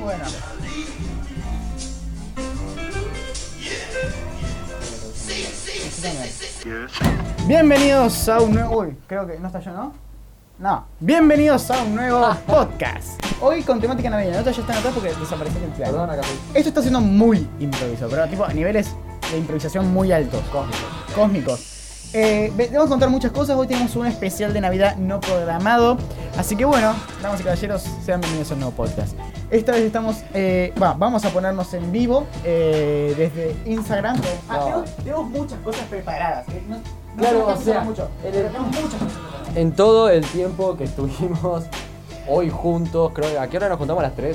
buena. Bienvenidos a un nuevo. Uy, creo que no está yo, ¿no? No. Bienvenidos a un nuevo Ah. podcast. Hoy con temática navideña. Nosotros ya están atrás porque desapareció el empleado. Perdona, Capi. Esto está siendo muy improviso, pero tipo a niveles de improvisación muy altos, Cósmico. cósmicos. Eh, ve- vamos a contar muchas cosas. Hoy tenemos un especial de Navidad no programado. Así que bueno, damas y caballeros, sean bienvenidos a un nuevo podcast. Esta vez estamos. eh, va, vamos a ponernos en vivo eh, desde Instagram. Ah, No. tenemos, tenemos muchas cosas preparadas. eh, no- no Claro, tenemos o sea, mucho, en el- pero tenemos muchas cosas preparadas. En todo el tiempo que estuvimos hoy juntos, creo, ¿a qué hora nos juntamos? A las 3.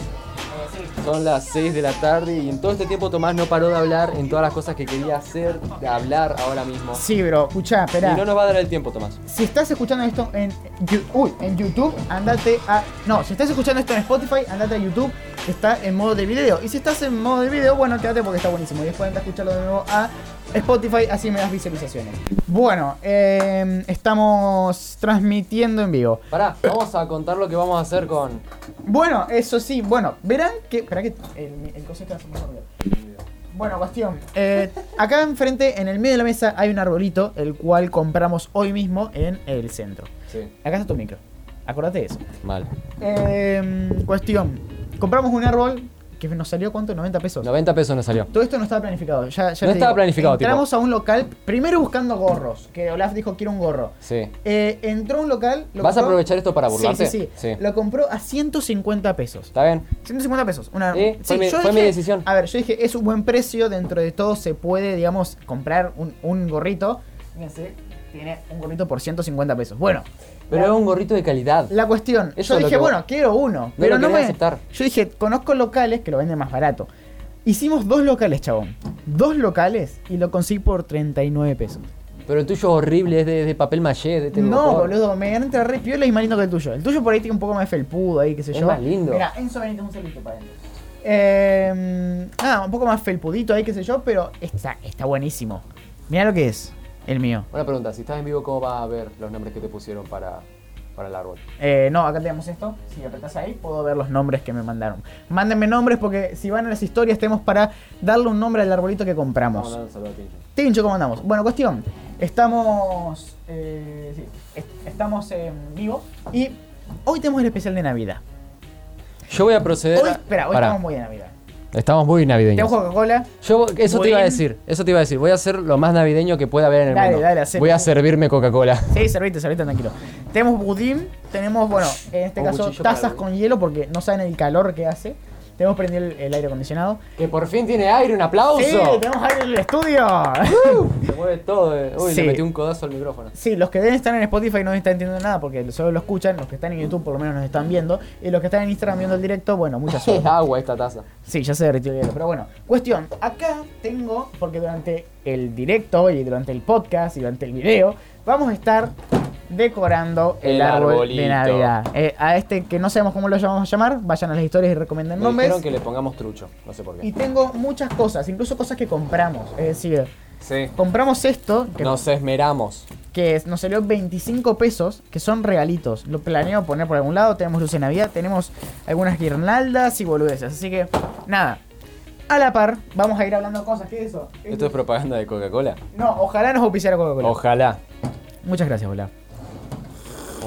Son las 6 de la tarde y en todo este tiempo Tomás no paró de hablar en todas las cosas que quería hacer, de hablar ahora mismo. Sí, bro, escuchá, Y esperá. no nos va a dar el tiempo, Tomás. Si estás escuchando esto en, Yu- uy, en YouTube, andate a. No, si estás escuchando esto en Spotify, andate a YouTube, que está en modo de video. Y si estás en modo de video, bueno, quédate porque está buenísimo. Y después anda a escucharlo de nuevo a Spotify, así me das visualizaciones. Bueno, eh, estamos transmitiendo en vivo. Pará, vamos a contar lo que vamos a hacer con... Bueno, eso sí, bueno, verán que. Esperá que el, el coso está haciendo ruido. Bueno, cuestión. eh, acá enfrente, en el medio de la mesa, hay un arbolito, el cual compramos hoy mismo en el centro. Sí, Acá está tu micro. Acordate de eso. mal. Em, cuestión. Compramos un árbol que nos salió cuánto, 90 pesos. 90 pesos nos salió. Todo esto no estaba planificado. Ya, ya No te estaba planificado, tipo. Entramos a un local, primero buscando gorros, que Olaf dijo quiero un gorro. Sí. Eh, entró a un local. lo ¿Vas a compró- aprovechar esto para burlarte? Sí, sí, sí, Sí. Lo compró a 150 pesos. ¿Está bien? 150 pesos. Una, Sí, fue mi- fue mi decisión. A ver, yo dije, es un buen precio, dentro de todo se puede, digamos, comprar un, un gorrito. Fíjense, tiene un gorrito por 150 pesos. Bueno, Pero es un gorrito de calidad. la cuestión, Eso es yo lo dije, que vos- bueno, quiero uno, pero lo no querés me aceptar. Yo dije, conozco locales que lo venden más barato. Hicimos dos locales, chabón. Dos locales y lo conseguí por 39 pesos. Pero el tuyo es horrible, es de, de papel maché, de este no, mejor. boludo, me entra re piola y más lindo que el tuyo. El tuyo por ahí tiene un poco más de felpudo ahí, qué sé Es yo. más lindo. Mira, Enzo Benítez, un salito para adentro. Eh, ah, un poco más felpudito ahí, qué sé yo, pero está, está buenísimo. Mira lo que es, el mío. Una pregunta, si estás en vivo, ¿cómo vas a ver los nombres que te pusieron para, para el árbol? Eh, no, acá tenemos esto. Si apretás ahí, puedo ver los nombres que me mandaron. Mándenme nombres porque si van a las historias, tenemos para darle un nombre al arbolito que compramos. Vamos a dar un saludo a Tincho. Tincho, ¿cómo andamos? Bueno, cuestión. Estamos. eh, sí, est- estamos en vivo y hoy tenemos el especial de Navidad. Yo voy a proceder. Hoy, a- espera, hoy Pará. estamos muy de Navidad. Estamos muy navideños. Tenemos Coca-Cola. Yo, eso te iba a Buen- decir, eso te iba a decir. Voy a hacer lo más navideño que pueda haber en el Dale, mundo. dale, hacelo. voy a servirme Coca-Cola. Sí, servite, servite tranquilo. Tenemos budín, tenemos, bueno, en este Un caso, cuchillo Oh, para el tazas budín. con hielo porque no saben el calor que hace. Tenemos prendido el, el aire acondicionado. Que por fin tiene aire, un aplauso. Sí, tenemos aire en el estudio. Se mueve todo. eh. Uy, Sí. le metí un codazo al micrófono. Sí, los que deben estar en Spotify no están entendiendo nada porque solo lo escuchan, los que están en YouTube por lo menos nos están viendo, y los que están en Instagram viendo el directo, bueno, muchas Es suerte. agua esta taza. Sí, ya se derritió el hielo, pero bueno. Cuestión, acá tengo, porque durante el directo y durante el podcast y durante el video, vamos a estar decorando el, El árbol de arbolito. Navidad. Eh, a este que no sabemos cómo lo llamamos a llamar, vayan a las historias y recomienden Me nombres. dijeron que le pongamos trucho. No sé por qué. Y tengo muchas cosas, incluso cosas que compramos. Es decir, Sí. compramos esto, que Nos esmeramos. que es- nos salió 25 pesos, que son regalitos. Lo planeo poner por algún lado. Tenemos luz de Navidad, tenemos algunas guirnaldas y boludeces. Así que, nada. A la par, vamos a ir hablando cosas. ¿Qué es eso? Esto es propaganda de Coca-Cola. No, ojalá nos auspiciara Coca-Cola. Ojalá. Muchas gracias, hola.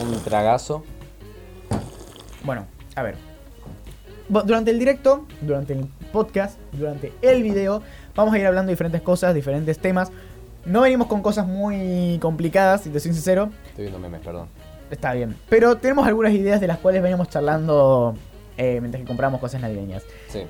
Un tragazo. Bueno, a ver. Bu- Durante el directo, durante el podcast, durante el video, vamos a ir hablando de diferentes cosas, diferentes temas. No venimos con cosas muy complicadas, si te soy sincero. Estoy viendo memes, perdón. Está bien. Pero tenemos algunas ideas de las cuales veníamos charlando eh, mientras que compramos cosas navideñas. Sí.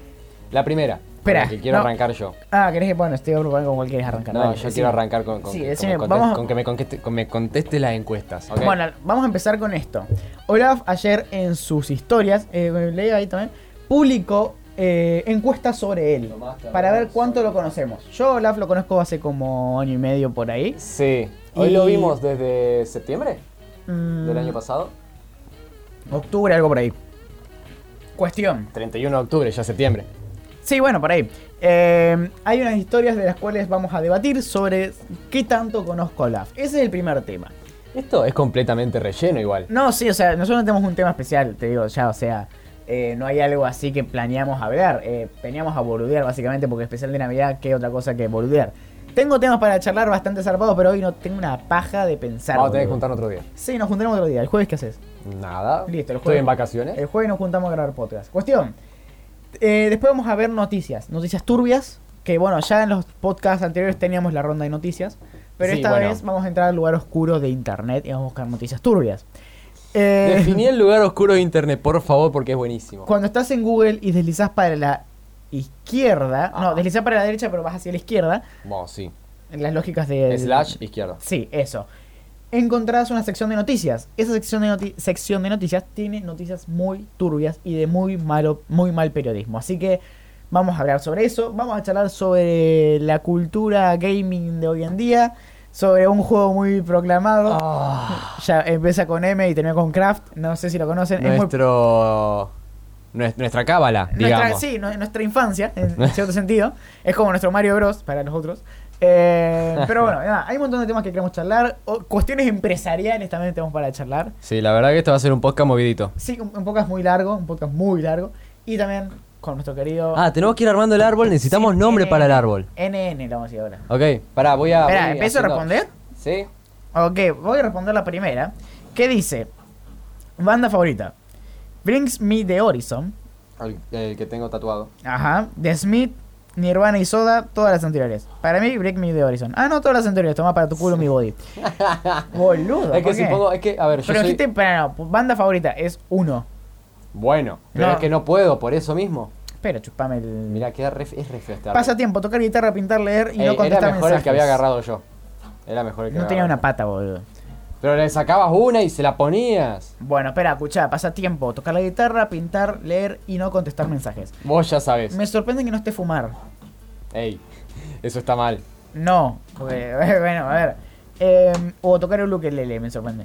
La primera. con Espera, la que quiero no. arrancar yo. Ah, querés que. Bueno, estoy preparando con cuál quieres arrancar. No, dale, yo decime. quiero arrancar con, con Sí, que, decime, con me conte- vamos a- con que me conteste, con me conteste las encuestas. ¿ok? Bueno, vamos a empezar con esto. Olaf ayer en sus historias, eh, leí ahí también, publicó eh, encuestas sobre él. Para ver cuánto lo conocemos. Yo a Olaf lo conozco hace como año y medio por ahí. Sí. Hoy Y- lo vimos desde septiembre Mm, del año pasado. Octubre, algo por ahí. Cuestión. 31 de octubre, ya septiembre. Sí, bueno, por ahí. Eh, hay unas historias de las cuales vamos a debatir sobre qué tanto conozco a Olaf. Ese es el primer tema. Esto es completamente relleno igual. No, sí, o sea, nosotros no tenemos un tema especial, te digo, ya, o sea, eh, no hay algo así que planeamos hablar. Eh, planeamos a boludear, básicamente, porque especial de Navidad, ¿qué otra cosa que boludear? Tengo temas para charlar bastante zarpados, pero hoy no tengo una paja de pensar. Vamos a tener que boludo. juntarnos otro día. Sí, nos juntaremos otro día. ¿El jueves qué haces? Nada. Listo, el Estoy jueves. en vacaciones. El jueves nos juntamos a grabar podcast. Cuestión. eh, después vamos a ver noticias. Noticias turbias. Que bueno, ya en los podcasts anteriores teníamos la ronda de noticias. Pero Sí, esta bueno. vez vamos a entrar al lugar oscuro de internet y vamos a buscar noticias turbias. Eh, Definí el lugar oscuro de internet, por favor, porque es buenísimo. cuando estás en Google y deslizás para la izquierda. Ah. No, deslizás para la derecha, pero vas hacia la izquierda. Bueno, sí. En las lógicas de. Slash izquierda. Sí, eso. Encontrás una sección de noticias. Esa sección de, noti- sección de noticias tiene noticias muy turbias y de muy, malo, muy mal periodismo. Así que vamos a hablar sobre eso. Vamos a charlar sobre la cultura gaming de hoy en día. Sobre un juego muy proclamado. Ah, Ya empieza con M y termina con Craft. No sé si lo conocen. Es muy- nuestro. nues- Nuestra cábala, nuestra, digamos. sí, nu- nuestra infancia, en en cierto sentido. Es como nuestro Mario Bros. para nosotros. Eh, pero bueno, nada, hay un montón de temas que queremos charlar. O- cuestiones empresariales también tenemos para charlar. Sí, la verdad que esto va a ser un podcast movidito. Sí, un, un podcast muy largo, un podcast muy largo. Y también con nuestro querido Ah, tenemos que ir armando el árbol, necesitamos nombre eh, para el árbol. NN, lo vamos a decir ahora. Ok, pará, Ah, voy a. Espera, voy ¿empiezo a haciendo- responder? Sí. Ok, voy a responder la primera. ¿Qué dice? Banda favorita. Brings Me the Horizon. El, el que tengo tatuado. Ajá. The Smith, Nirvana y Soda, todas las anteriores. Para mí, Break Me the Horizon. Ah, no, todas las anteriores. Toma para tu culo mi body. Boludo. es que ¿por si qué? pongo. Es que, a ver, yo Pero soy. dijiste, para, no, banda favorita es uno. Bueno, pero No. es que no puedo, por eso mismo. Pero chupame el. Mirá, queda re, es re feo este árbol. Pasatiempo, tocar guitarra, pintar, leer y Eh, no contestar Era mejor el mensajes. que había agarrado yo. Era mejor el que No había tenía una agarrado. pata, boludo. Pero le sacabas una y se la ponías. Bueno, espera, escuchá, pasatiempo, tocar la guitarra, pintar, leer y no contestar mensajes. Vos ya sabes. Me sorprende que no esté fumar. Ey, eso está mal. No, porque, bueno, a ver. Em, o tocar el ukelele, me sorprende.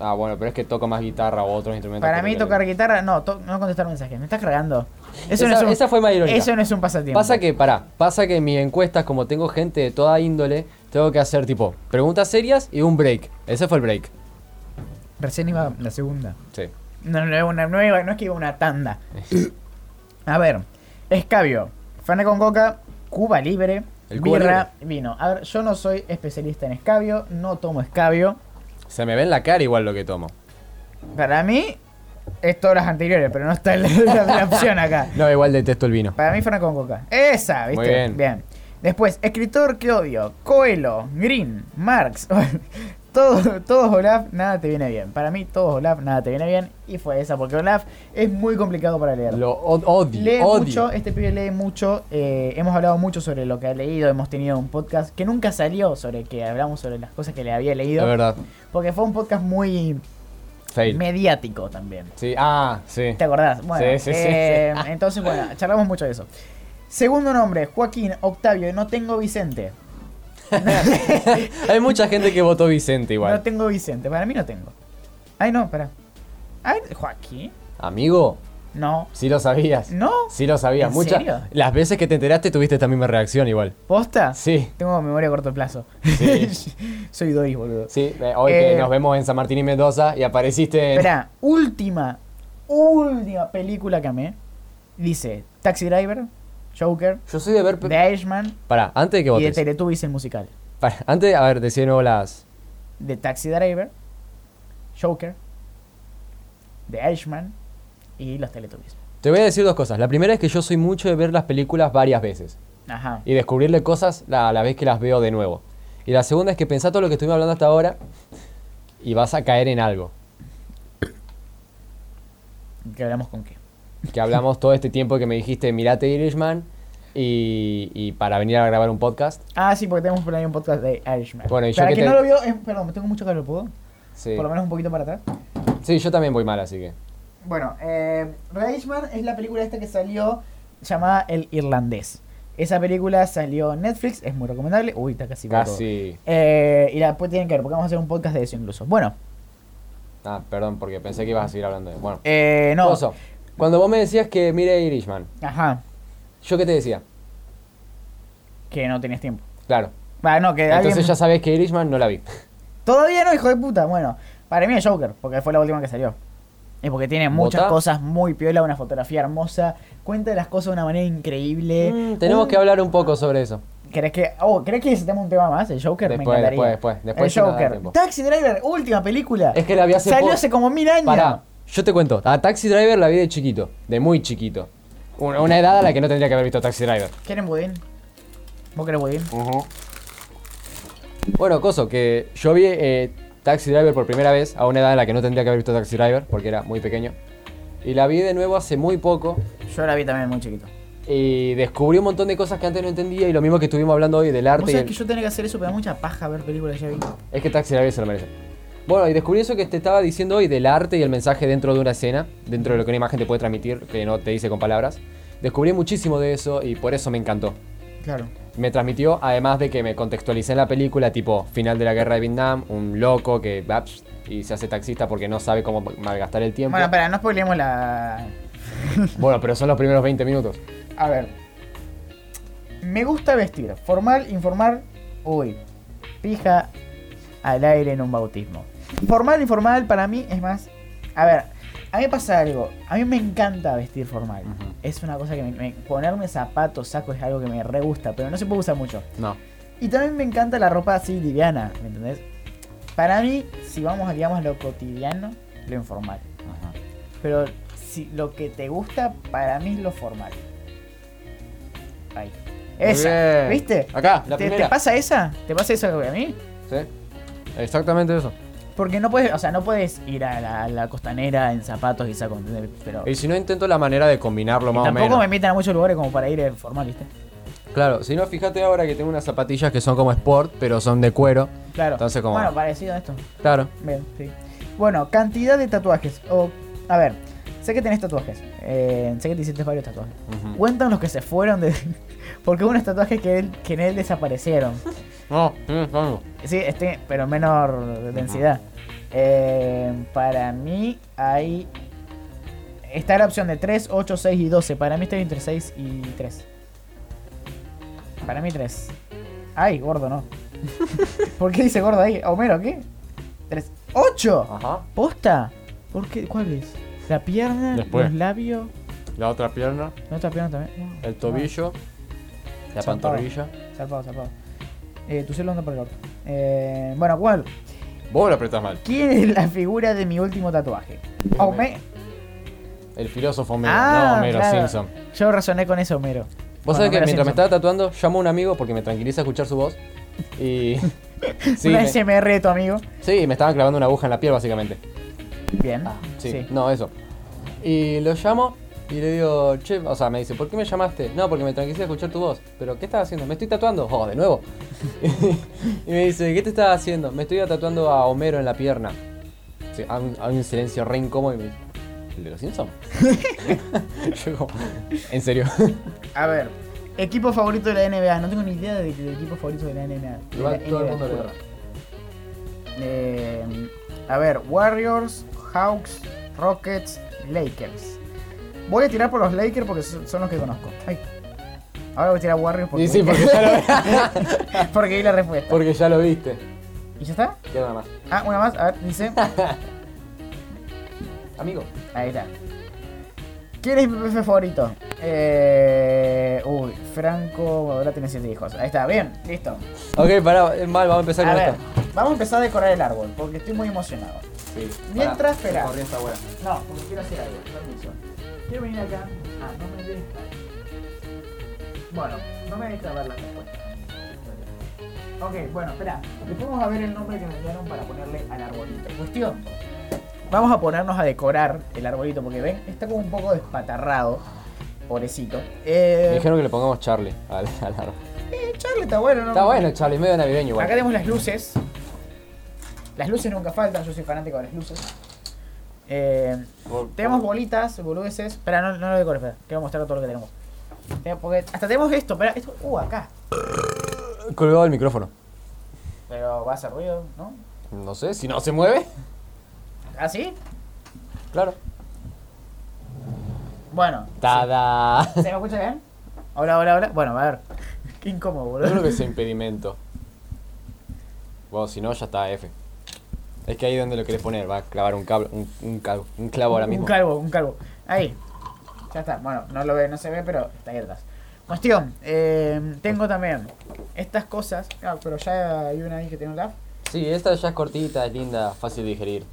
Ah, bueno, pero es que toco más guitarra o otros instrumentos. Para que mí toque. tocar guitarra, no, to- no contestar mensajes, me estás cargando. Eso no Esa- es un, esa fue más irónica. Eso no es un pasatiempo. Pasa que, pará, pasa que en mis encuestas, como tengo gente de toda índole, tengo que hacer tipo preguntas serias y un break. Ese fue el break. Recién iba la segunda. Sí. No, no, iba una, no, iba- no es que iba una tanda. A ver, escabio, Fernet con coca, Cuba libre, El Cuba birra, vino. A ver, yo no soy especialista en escabio, no tomo escabio. Se me ve en la cara igual lo que tomo. Para mí, es todas las anteriores, pero no está la, la- la opción acá. No, igual detesto el vino. Para mí, Fernet con coca. Esa, ¿viste? Muy bien. Después, escritor que odio, Coelho, Green, Marx. Todo- todos Olaf, nada te viene bien. Para mí, todos Olaf, nada te viene bien. Y fue esa, porque Olaf es muy complicado para leer. Lo od- odio. Lee odio. mucho, este pibe lee mucho. eh, hemos hablado mucho sobre lo que ha leído. Hemos tenido un podcast que nunca salió sobre que hablamos sobre las cosas que le había La leído. verdad. Porque fue un podcast muy Fail. mediático también. Sí, ah, sí. ¿Te acordás? Bueno, Sí, sí, sí, eh, entonces, bueno, charlamos mucho de eso. Segundo nombre, Joaquín Octavio. No tengo Vicente. Hay mucha gente que votó Vicente igual. No tengo Vicente. Para mí no tengo. Ay, no, para. Ay, Joaquín. Amigo, No. sí lo sabías. No. Sí lo sabías. ¿En Muchas. serio? Ah. Las veces que te enteraste tuviste esta misma reacción igual. ¿Posta? Sí. Tengo memoria a corto plazo. Sí. Soy Doris, boludo. Sí, eh, hoy Eh, que nos vemos en San Martín y Mendoza y apareciste en... Espera, última, última película que amé. Dice Taxi Driver, Joker, Yo soy de ver... pe- The Irishman Pará, antes de y de que votes. Teletubbies el musical. Pará, antes, de- a ver, decía de nuevo las... De Taxi Driver, Joker, The Irishman y los Teletubbies. Te voy a decir dos cosas. La primera es que yo soy mucho de ver las películas varias veces Ajá. y descubrirle cosas la- a la vez que las veo de nuevo. Y la segunda es que pensá todo lo que estuvimos hablando hasta ahora y vas a caer en algo. ¿Qué hablamos con qué? que hablamos todo este tiempo que me dijiste, mirate Irishman, y, y para venir a grabar un podcast. Ah, sí, porque tenemos por ahí un podcast de Irishman. Bueno, y yo Para que quien te- no lo vio, eh, perdón, tengo mucho calor, ¿puedo? Sí. Por lo menos un poquito para atrás. sí, yo también voy mal, así que. Bueno, eh, The Irishman es la película esta que salió llamada El Irlandés. Esa película salió en Netflix, es muy recomendable. Uy, está casi pegado. Casi. Eh, y la después tienen que ver, porque vamos a hacer un podcast de eso incluso. Bueno, Ah, perdón, porque pensé que ibas a seguir hablando de. Bueno. eh, no. Oso, cuando vos me decías que mire Irishman, Ajá, ¿yo qué te decía? que no tenías tiempo. Claro. Ah, no, que Entonces alguien- ya sabés que Irishman no la vi. Todavía no, hijo de puta. Bueno, para mí es Joker, porque fue la última que salió. Eh, porque tiene muchas Botá. cosas muy piola, una fotografía hermosa, cuenta las cosas de una manera increíble. Mm, tenemos Un- que hablar un poco sobre eso. ¿Crees que, oh, ¿crees que necesitamos un tema más? El Joker, me Después, encantaría. después, después. Después si el nos da Joker. tiempo. Taxi Driver, última película. Es que la vi hace Salió poco. hace como mil años. Pará, yo te cuento. A Taxi Driver la vi de chiquito, de muy chiquito. Una, una edad a la que no tendría que haber visto Taxi Driver. ¿Quieren budín? ¿Vos querés budín? Oh. Bueno, coso, que yo vi eh, Taxi Driver por primera vez a una edad a la que no tendría que haber visto Taxi Driver porque era muy pequeño. Y la vi de nuevo hace muy poco Yo la vi también muy chiquito. y descubrí un montón de cosas que antes no entendía y lo mismo que estuvimos hablando hoy del Vos arte. y sabés el- que yo tenía que hacer eso, pero da mucha paja ver películas que ya vi. Es que Taxi Driver se lo merece. Bueno, y descubrí eso que te estaba diciendo hoy del arte y el mensaje dentro de una escena, dentro de lo que una imagen te puede transmitir, que no te dice con palabras. Descubrí muchísimo de eso y por eso me encantó. Claro. Me transmitió, además de que me contextualicé en la película, tipo final de la guerra de Vietnam, un loco que va pss, y se hace taxista porque no sabe cómo malgastar el tiempo. Bueno, para, no spoilemos la. Bueno, pero son los primeros 20 minutos. A ver. Me gusta vestir. Formal, informar. Uy. Pija al aire en un bautismo. Formal, informal, para mí es más. A ver, a mí me pasa algo. A mí me encanta vestir formal. Ujú. Es una cosa que me, me- Ponerme zapatos, saco es algo que me re gusta, pero no se puede usar mucho. No. Y también me encanta la ropa así liviana, ¿me entendés? Para mí, si vamos a digamos lo cotidiano, lo informal. Pero si lo que te gusta, para mí es lo formal. Ahí. Esa, Muy bien. ¿viste? Acá, la ¿Te, te primera. pasa esa? ¿Te pasa eso a mí? Sí. Exactamente eso. Porque no puedes, o sea, no puedes ir a la, a la costanera en zapatos y saco, ¿entendés? Pero Y si no intento la manera de combinarlo y más o menos. tampoco me invitan a muchos lugares como para ir en formal, ¿viste? Claro, si no, fíjate ahora que tengo unas zapatillas que son como sport, pero son de cuero. Claro. Entonces, como- Bueno, parecido a esto. Claro. Bien, sí. Bueno, cantidad de tatuajes. O, a ver, sé que tenés tatuajes. Eh, sé que te hiciste varios tatuajes. Mm. Cuentan los que se fueron de... Porque hubo unos tatuajes que, él- que en él desaparecieron. No, sí, claro. Sí, este, pero menor densidad. Eh, para mí hay... Está la opción de 3, 8, 6 y 12. Para mí estoy entre 6 y 3. Para mí 3. Ay, gordo no. ¿Por qué dice gordo ahí? Homero, ¿qué? 3. ¡8! Ajá. ¿Posta? Ah. ¿Por qué? ¿Cuál es? ¿La pierna? Después. ¿Los labios? La otra pierna, ¿La otra pierna también? el tobillo, la Zarpado. pantorrilla. Salpado, salpado. Eh, tu celular anda por el orto. Eh, bueno, ¿cuál? Vos lo apretás mal. ¿Quién es la figura de mi último tatuaje? Homero. El filósofo Homero, Ah, no Homero claro. Simpson. Yo razoné con eso, Homero. Bueno, Vos sabés que Homero mientras me Simpson. estaba tatuando, llamo a un amigo porque me tranquiliza escuchar su voz. Y. sí, Una me, SMR de tu amigo. sí, me estaban clavando una aguja en la piel, básicamente. Bien. Ah, Sí, Ah, sí. no, eso. Y lo llamo y le digo, che, o sea, me dice, ¿por qué me llamaste? No, porque me tranquilicé de escuchar tu voz. ¿Pero qué estás haciendo? ¿Me estoy tatuando? Oh, de nuevo. y me dice, ¿qué te estás haciendo? Me estoy tatuando a Homero en la pierna. Sí, hay, un, hay un silencio re incómodo y me dice, ¿el de los Simpsons? Yo como, en serio. A ver. Equipo favorito de la NBA. No tengo ni idea de- del equipo favorito de la NBA. De Igual la todo el NBA, mundo le juro. da. Eh, a ver, Warriors, Hawks, Rockets, Lakers. Voy a tirar por los Lakers porque son son los que conozco. Ay. Ahora voy a tirar Warriors porque, Y sí, porque ya, lo, porque vi la respuesta. porque ya lo viste. ¿Y ya está? Queda nada más. Ah, una más. A ver, dice. Amigo. Ahí está. ¿Quién es mi PF favorito? Eh, uy, Franco ahora tiene siete hijos. Ahí está, bien, listo. Ok, pará, es mal, vamos a empezar A con ver, esto. vamos a empezar a decorar el árbol porque estoy muy emocionado. Sí, Mientras, pará, espera. se corrió esta wea. No, porque quiero hacer algo, permiso. Quiero venir acá. Ah, no me dejes. Bueno, no me dejes ver la respuesta. Ok, bueno, espera. Le podemos a ver el nombre que me dieron para ponerle al arbolito. Cuestión. Vamos a ponernos a decorar el arbolito porque ven, está como un poco despatarrado. Pobrecito. Me Eh, dijeron que le pongamos Charlie al, al árbol. eh, Charlie está bueno, ¿no? Está bueno, Charlie, medio navideño igual. Acá tenemos las luces. Las luces nunca faltan, yo soy fanático de las luces. Eh, tenemos bolitas, boludeces. Espera, no, no lo decoro, espera. Quiero mostrar todo lo que tenemos. Te- Porque hasta tenemos esto, espera, esto. Uh, acá. colgado el micrófono. Pero va a hacer ruido, ¿no? No sé, si no se mueve. ¿Ah, sí? Claro. Bueno. Tada. ¿Se me escucha bien? Hola, hola, hola. Bueno, a ver. Qué incómodo, No creo boludo. que sea impedimento. Bueno, si no, ya está F. Es que ahí es donde lo querés poner, va a clavar un, cable, un, un, cal- un clavo ahora mismo. Un calvo, un calvo. Ahí. Ya está. Bueno, no lo ve, no se ve, pero está ahí atrás. Cuestión, eh, tengo también estas cosas. Ah, pero ya hay una ahí que tiene un lab. Sí, esta ya es cortita, es linda, fácil de digerir.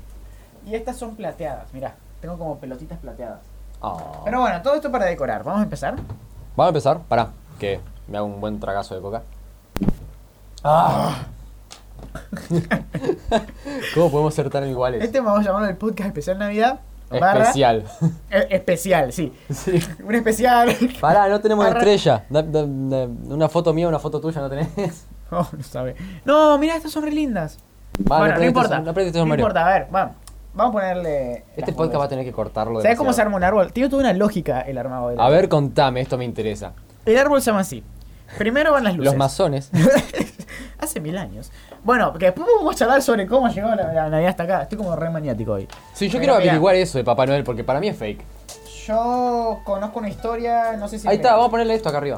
Y estas son plateadas, mirá. Tengo como pelotitas plateadas. Ah. Pero bueno, todo esto para decorar. Vamos a empezar. Vamos a empezar, pará, que me hago un buen tragazo de coca. Ah. Ah. ¿Cómo podemos ser tan iguales? Este vamos a llamarlo el podcast especial Navidad. Este- barra- Especial. Eh, especial, sí. Sí. Un especial. Pará, no tenemos Arran- estrella. Da- da- da- una foto mía, una foto tuya, no tenés. Oh, no sabe. No, mira, estas son re lindas. Va, bueno, no prestes- importa. No No, prestes atención, Mario. importa, a ver, vamos. Vamos a ponerle. Este las podcast va a nubes. tener que cortarlo. ¿Sabes cómo se arma demasiado. un árbol? Tiene toda una lógica el armado del A árbol. ver, contame, esto me interesa. El árbol se llama así. Primero van las luces. Los masones. Hace mil años. Bueno, que después vamos a charlar sobre cómo llegó la, la Navidad hasta acá. Estoy como re maniático hoy. Sí, Pero yo quiero mira. averiguar eso de Papá Noel porque para mí es fake. Yo conozco una historia, no sé si. Ahí está, vamos a ponerle esto acá arriba.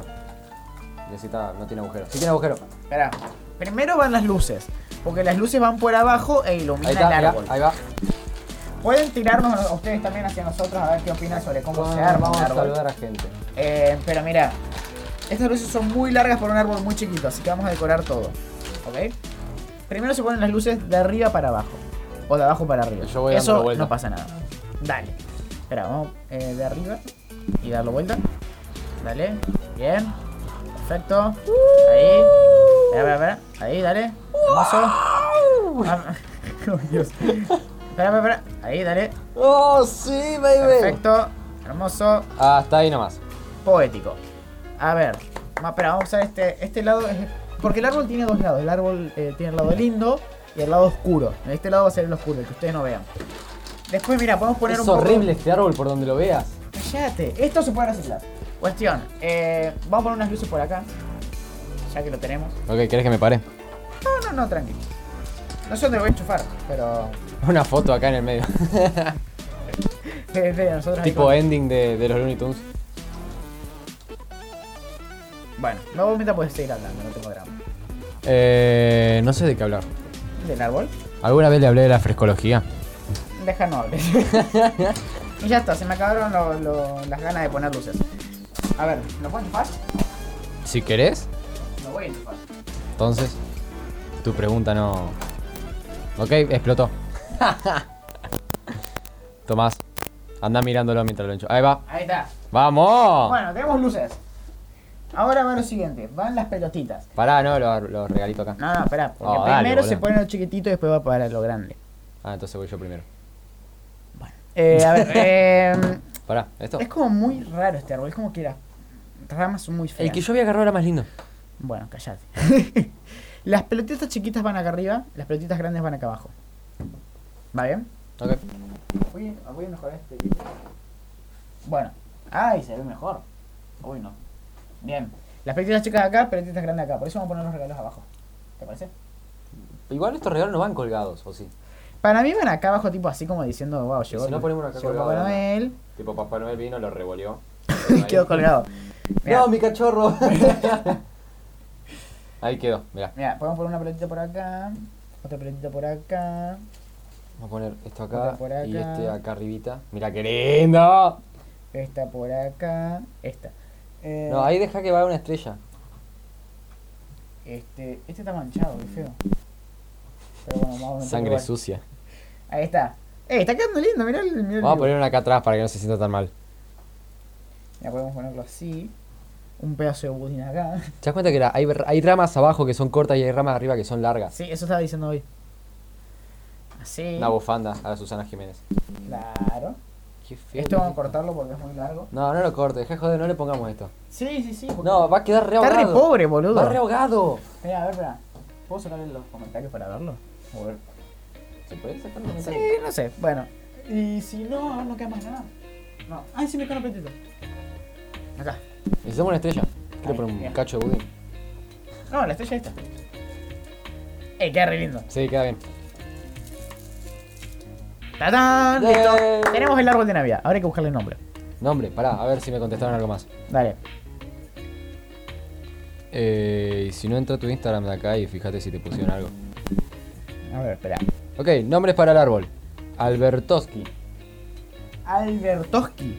Necesita, no tiene agujero. Sí tiene agujero. Esperá. Primero van las luces. Porque las luces van por abajo e iluminan Ahí está, el mirá, árbol. ahí va. Pueden tirarnos a ustedes también hacia nosotros a ver qué opinan sobre cómo se arma Bueno, Ah, vamos un a árbol. saludar a gente. Eh, pero mira, estas luces son muy largas por un árbol muy chiquito, así que vamos a decorar todo. ¿Ok? Primero se ponen las luces de arriba para abajo. O de abajo para arriba. Yo voy dando la Eso vuelta. no pasa nada. Dale. Espera, vamos eh, de arriba y darlo vuelta. Dale. Bien. Perfecto. Ahí. Espera, espera, espera. Ahí, dale. Hermoso. Ah, oh, Dios. Espera, espera, espera. Ahí, dale. ¡Oh, sí, baby! Perfecto. Hermoso Hasta ahí nomás. poético. A ver, ma- espera, vamos a usar este, este lado. es- Porque el árbol tiene dos lados. El árbol eh, tiene el lado lindo y el lado oscuro. Este lado va a ser el oscuro, el que ustedes no vean. Después, mira, podemos poner Es un poco- horrible este árbol por donde lo veas. Cállate, esto se puede reciclar. Cuestión, eh, vamos a poner unas luces por acá. Ya que lo tenemos. Ok, ¿querés que me pare? No, no, no, tranquilo. No sé dónde lo voy a enchufar, pero. Una foto acá en el medio. eh, de nosotros ahí tipo con- ending de, de los Looney Tunes. E. Bueno, no vos mientras puedes seguir hablando, no tengo drama. Eh, no sé de qué hablar. Del árbol. ¿Alguna vez le hablé de la frescología? Deja no hables. y ya está, se me acabaron lo- lo- las ganas de poner luces. A ver, ¿lo puedo enchufar? Si querés, Lo voy a enchufar. entonces tu pregunta no... Ok, explotó. Tomás, anda mirándolo mientras lo encho. Ahí va. Ahí está. ¡Vamos! Bueno, tenemos luces. Ahora va lo siguiente, van las pelotitas. Pará, no, lo, lo regalito acá. No, no, espera, porque Oh, dale, primero boludo. se pone lo chiquitito y después va para lo grande. Ah, entonces voy yo primero. Eh, a ver, eh, Pará, ¿esto? es como muy raro este árbol, es como que las ramas son muy feas. El que yo había agarrado era más lindo. Bueno, callate. las pelotitas chiquitas van acá arriba, las pelotitas grandes van acá abajo. ¿Va bien? Ok. Voy, a- voy a mejorar este video. Bueno. Ay, se ve mejor. Uy, no. Bien. Las pelotitas chicas acá, pelotitas grandes acá. Por eso vamos a poner los regalos abajo. ¿Te parece? Igual estos regalos no van colgados, ¿o sí? Para mí van acá abajo, tipo así como diciendo, wow, llegó. si no ponemos acá llegó colgado, Papá ¿no? Noel. Tipo, Papá Noel vino, lo revolvió. Y quedó colgado. Mira, ¡No, mi cachorro! Ahí quedó, mirá. mira, podemos poner una pelotita por acá. Otra pelotita por acá. Vamos a poner esto Otra acá por acá. y este acá arribita. Mirá qué lindo. Esta por acá. Esta. Eh, No, ahí deja que vaya una estrella. este, este está manchado, qué feo. Pero bueno, vamos a meterlo Sangre igual. sucia. Ahí está. Eh, está quedando lindo, mirá el. Mirá el Vamos a dibujo. poner una acá atrás para que no se sienta tan mal. Ya podemos ponerlo así. Un pedazo de budín acá. ¿Te das cuenta que la- hay, hay ramas abajo que son cortas y hay ramas arriba que son largas? Sí, eso estaba diciendo hoy. Así. Una bufanda a la Susana Jiménez. Claro. Qué feo. Esto vamos a cortarlo porque es muy largo. No, no lo corte, deja de joder, no le pongamos esto. Sí, sí, sí. porque- No, va a quedar re está ahogado. re pobre, boludo. Va re ahogado. Espera, a ver, espera. ¿Puedo sacar en los comentarios para verlo? A ver. ¿Se puede sacar Sí, un comentario? no sé. Bueno. Y si no, no queda más nada. No. Ay, sí me queda un apetito. Acá. Necesitamos una estrella. Quiero Ahí, poner un bien. cacho de budín. No, la estrella esta. Eh, queda re lindo. Sí, queda bien. ¡Tatán! Yay. Listo. Tenemos el árbol de Navidad. Ahora hay que buscarle nombre. Nombre, pará, a ver si me contestaron algo más. Dale. Eh, y si no entra a tu Instagram de acá y fíjate si te pusieron algo. A ver, espera. Ok, nombres para el árbol. Albertoski. Albertoski.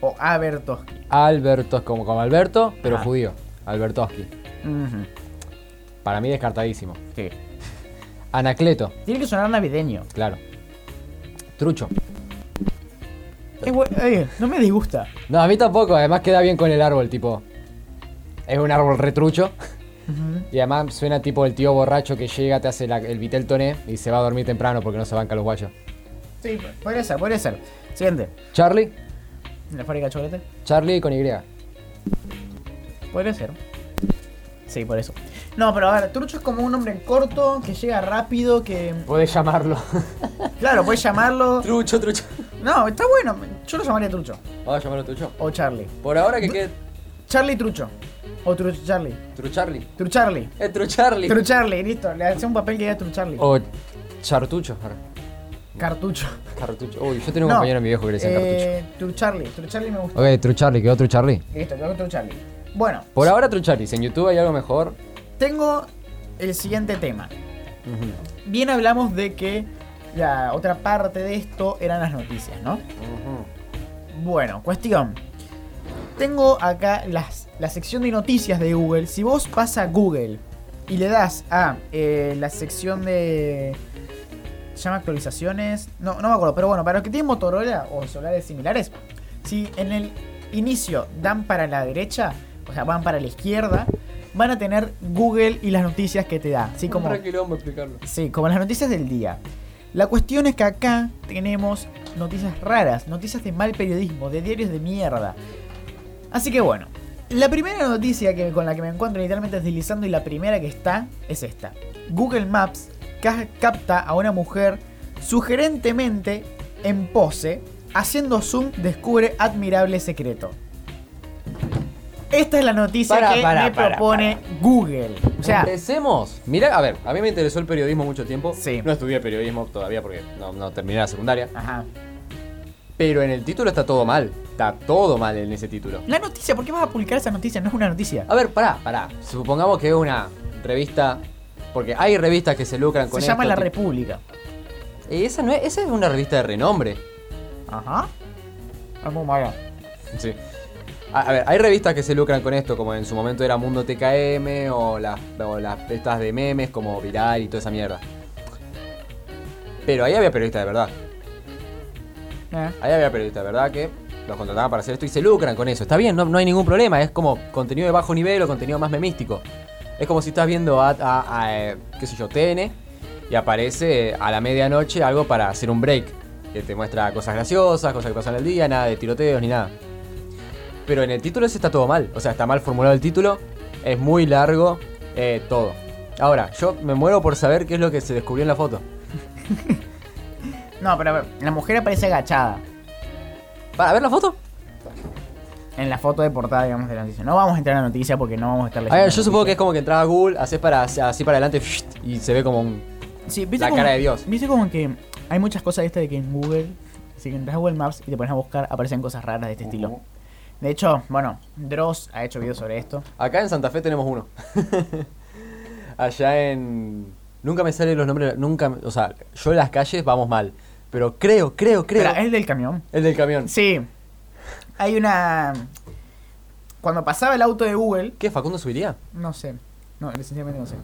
O Abertoski. Albertos, como, como Alberto, pero Ah. judío. Albertoski. Ujú, Para mí descartadísimo. sí. Anacleto, Tiene que sonar navideño. claro. Trucho. Es bu- eh, no me disgusta. No, a mí tampoco, además queda bien con el árbol, tipo. Es un árbol retrucho. Y además suena tipo el tío borracho que llega, te hace la- el vitel toné y se va a dormir temprano porque no se banca los guayos. Sí, pues. podría ser, podría ser. Siguiente. Charlie, La fábrica de chocolate. Charlie con Y. Podría ser. Sí, por eso. No, pero a ver, Trucho es como un hombre corto, que llega rápido, que... Podés llamarlo. Claro, puedes llamarlo... trucho, trucho. No, está bueno. Yo lo llamaría Trucho. Vamos a llamarlo trucho. O Charlie. Por ahora que quede. Charlie Trucho. O Trucho Charlie. Trucharlie. Trucharlie. Es trucharlie. Trucharlie, listo. Le hacía un papel que era Trucharlie. o chartucho. Cartucho. Cartucho. Uy, yo tenía un compañero en mi viejo que le decían cartucho. eh, Trucharlie. Trucharlie me gusta. Ok, trucharlie, quedó trucharlie. Listo, creo que Trucharlie. Bueno, Por ahora trucharlie. Si en YouTube hay algo mejor. tengo el siguiente tema. Bien hablamos de que la otra parte de esto eran las noticias, ¿no? Bueno, cuestión. Tengo acá las, la sección de noticias de Google. Si vos vas a Google y le das a eh, la sección de... Se llama actualizaciones. No, no me acuerdo, pero bueno, para los que tienen Motorola o celulares similares, si en el inicio dan para la derecha, o sea, van para la izquierda, van a tener Google y las noticias que te da. Así como... quilombo explicarlo. Sí, como las noticias del día. La cuestión es que acá tenemos noticias raras, noticias de mal periodismo, de diarios de mierda. Así que bueno, la primera noticia que, con la que me encuentro literalmente deslizando y la primera que está es esta. Google Maps ca- capta a una mujer sugerentemente en pose, haciendo zoom, descubre admirable secreto. Esta es la noticia Pará, que pará, me pará, propone Google. O sea, Empecemos. Mira, a ver, a mí me interesó el periodismo mucho tiempo. Sí. No estudié periodismo todavía porque no, no terminé la secundaria. ajá. Pero en el título está todo mal. Está todo mal en ese título. La noticia, ¿por qué vas a publicar esa noticia? No es una noticia. A ver, pará, pará. Supongamos que es una revista. Porque hay revistas que se lucran con Se llama esto, La tipo- República. Eh, esa, no es, esa es una revista de renombre. Ajá. Ah, Algo malo. Sí. A, a ver, hay revistas que se lucran con esto, como en su momento era Mundo TKM o las, o las estas de memes como Viral y toda esa mierda. Pero ahí había periodistas de verdad. Eh, Ahí había periodistas de verdad que los contrataban para hacer esto y se lucran con eso. Está bien, no, no hay ningún problema. Es como contenido de bajo nivel o contenido más memístico. Es como si estás viendo a, a- a, eh, qué sé yo, TN y aparece eh, a la medianoche algo para hacer un break. Que te muestra cosas graciosas, cosas que pasan en el día, nada de tiroteos ni nada. Pero en el título ese está todo mal. O sea, está mal formulado el título. Es muy largo. eh, todo. Ahora, yo me muero por saber qué es lo que se descubrió en la foto. No, pero a ver, la mujer aparece agachada ¿Para ver la foto? en la foto de portada, digamos, de la noticia. No vamos a entrar en la noticia porque no vamos a estar A leyendo. ver, la Ah, yo supongo que noticia. es como que entraba a Google, haces para hacia- así para adelante y se ve como un. Sí, ¿viste la como- cara de Dios. Viste como que hay muchas cosas de esta de que en Google, si entras a Google Maps y te pones a buscar, aparecen cosas raras de este estilo. De hecho, bueno, Dross ha hecho videos sobre esto. Acá en Santa Fe tenemos uno. Allá en. Nunca me salen los nombres, nunca. O sea, yo en las calles vamos mal. Pero creo, creo, creo. Pero es del camión. El del camión. Sí. Hay una. Cuando pasaba el auto de Google, ¿Qué? ¿Facundo subiría? No sé. No, sinceramente no sé.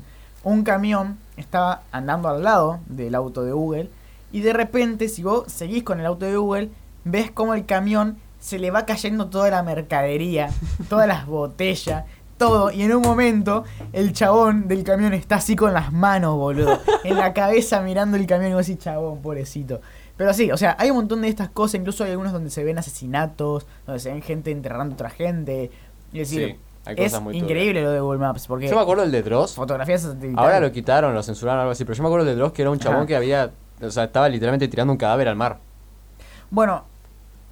Un camión estaba andando al lado del auto de Google y de repente si vos seguís con el auto de Google, ves como el camión se le va cayendo toda la mercadería, todas las botellas, todo. Y en un momento el chabón del camión está así con las manos, boludo. En la cabeza mirando el camión y vos decís, chabón, pobrecito. Pero sí, o sea, hay un montón de estas cosas. Incluso hay algunos donde se ven asesinatos, donde se ven gente enterrando a otra gente. Y es decir, Sí, hay es cosas muy turbias. increíble lo de Google Maps, porque Yo me acuerdo el de Dross. fotografías satelitales. Ahora lo quitaron, lo censuraron algo así. Pero yo me acuerdo el de Dross que era un chabón Ajá. que había. O sea, estaba literalmente tirando un cadáver al mar. Bueno,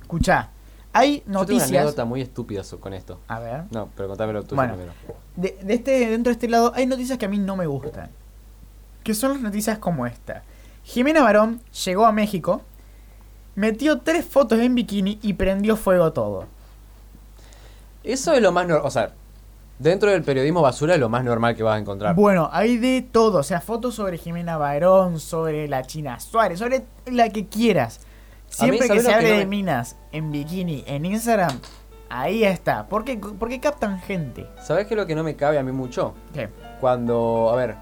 escuchá, hay Yo tengo una noticias... anécdota muy estúpida so- con esto. A ver, No, pero contámelo tú Bueno. primero. de, de este, dentro de este lado hay noticias que a mí no me gustan. Que son las noticias como esta. Jimena Barón llegó a México, metió tres fotos en bikini y prendió fuego todo. Eso es lo más normal. O sea, Dentro del periodismo basura es lo más normal que vas a encontrar. Bueno, hay de todo, o sea, fotos sobre Jimena Barón, sobre la China Suárez, sobre la que quieras. A mí, Siempre que ¿sabes se lo que hable no de me- minas en bikini, en Instagram, ahí está. ¿Por qué, por qué captan gente? ¿Sabes qué es lo que no me cabe a mí mucho? ¿Qué? Cuando, a ver,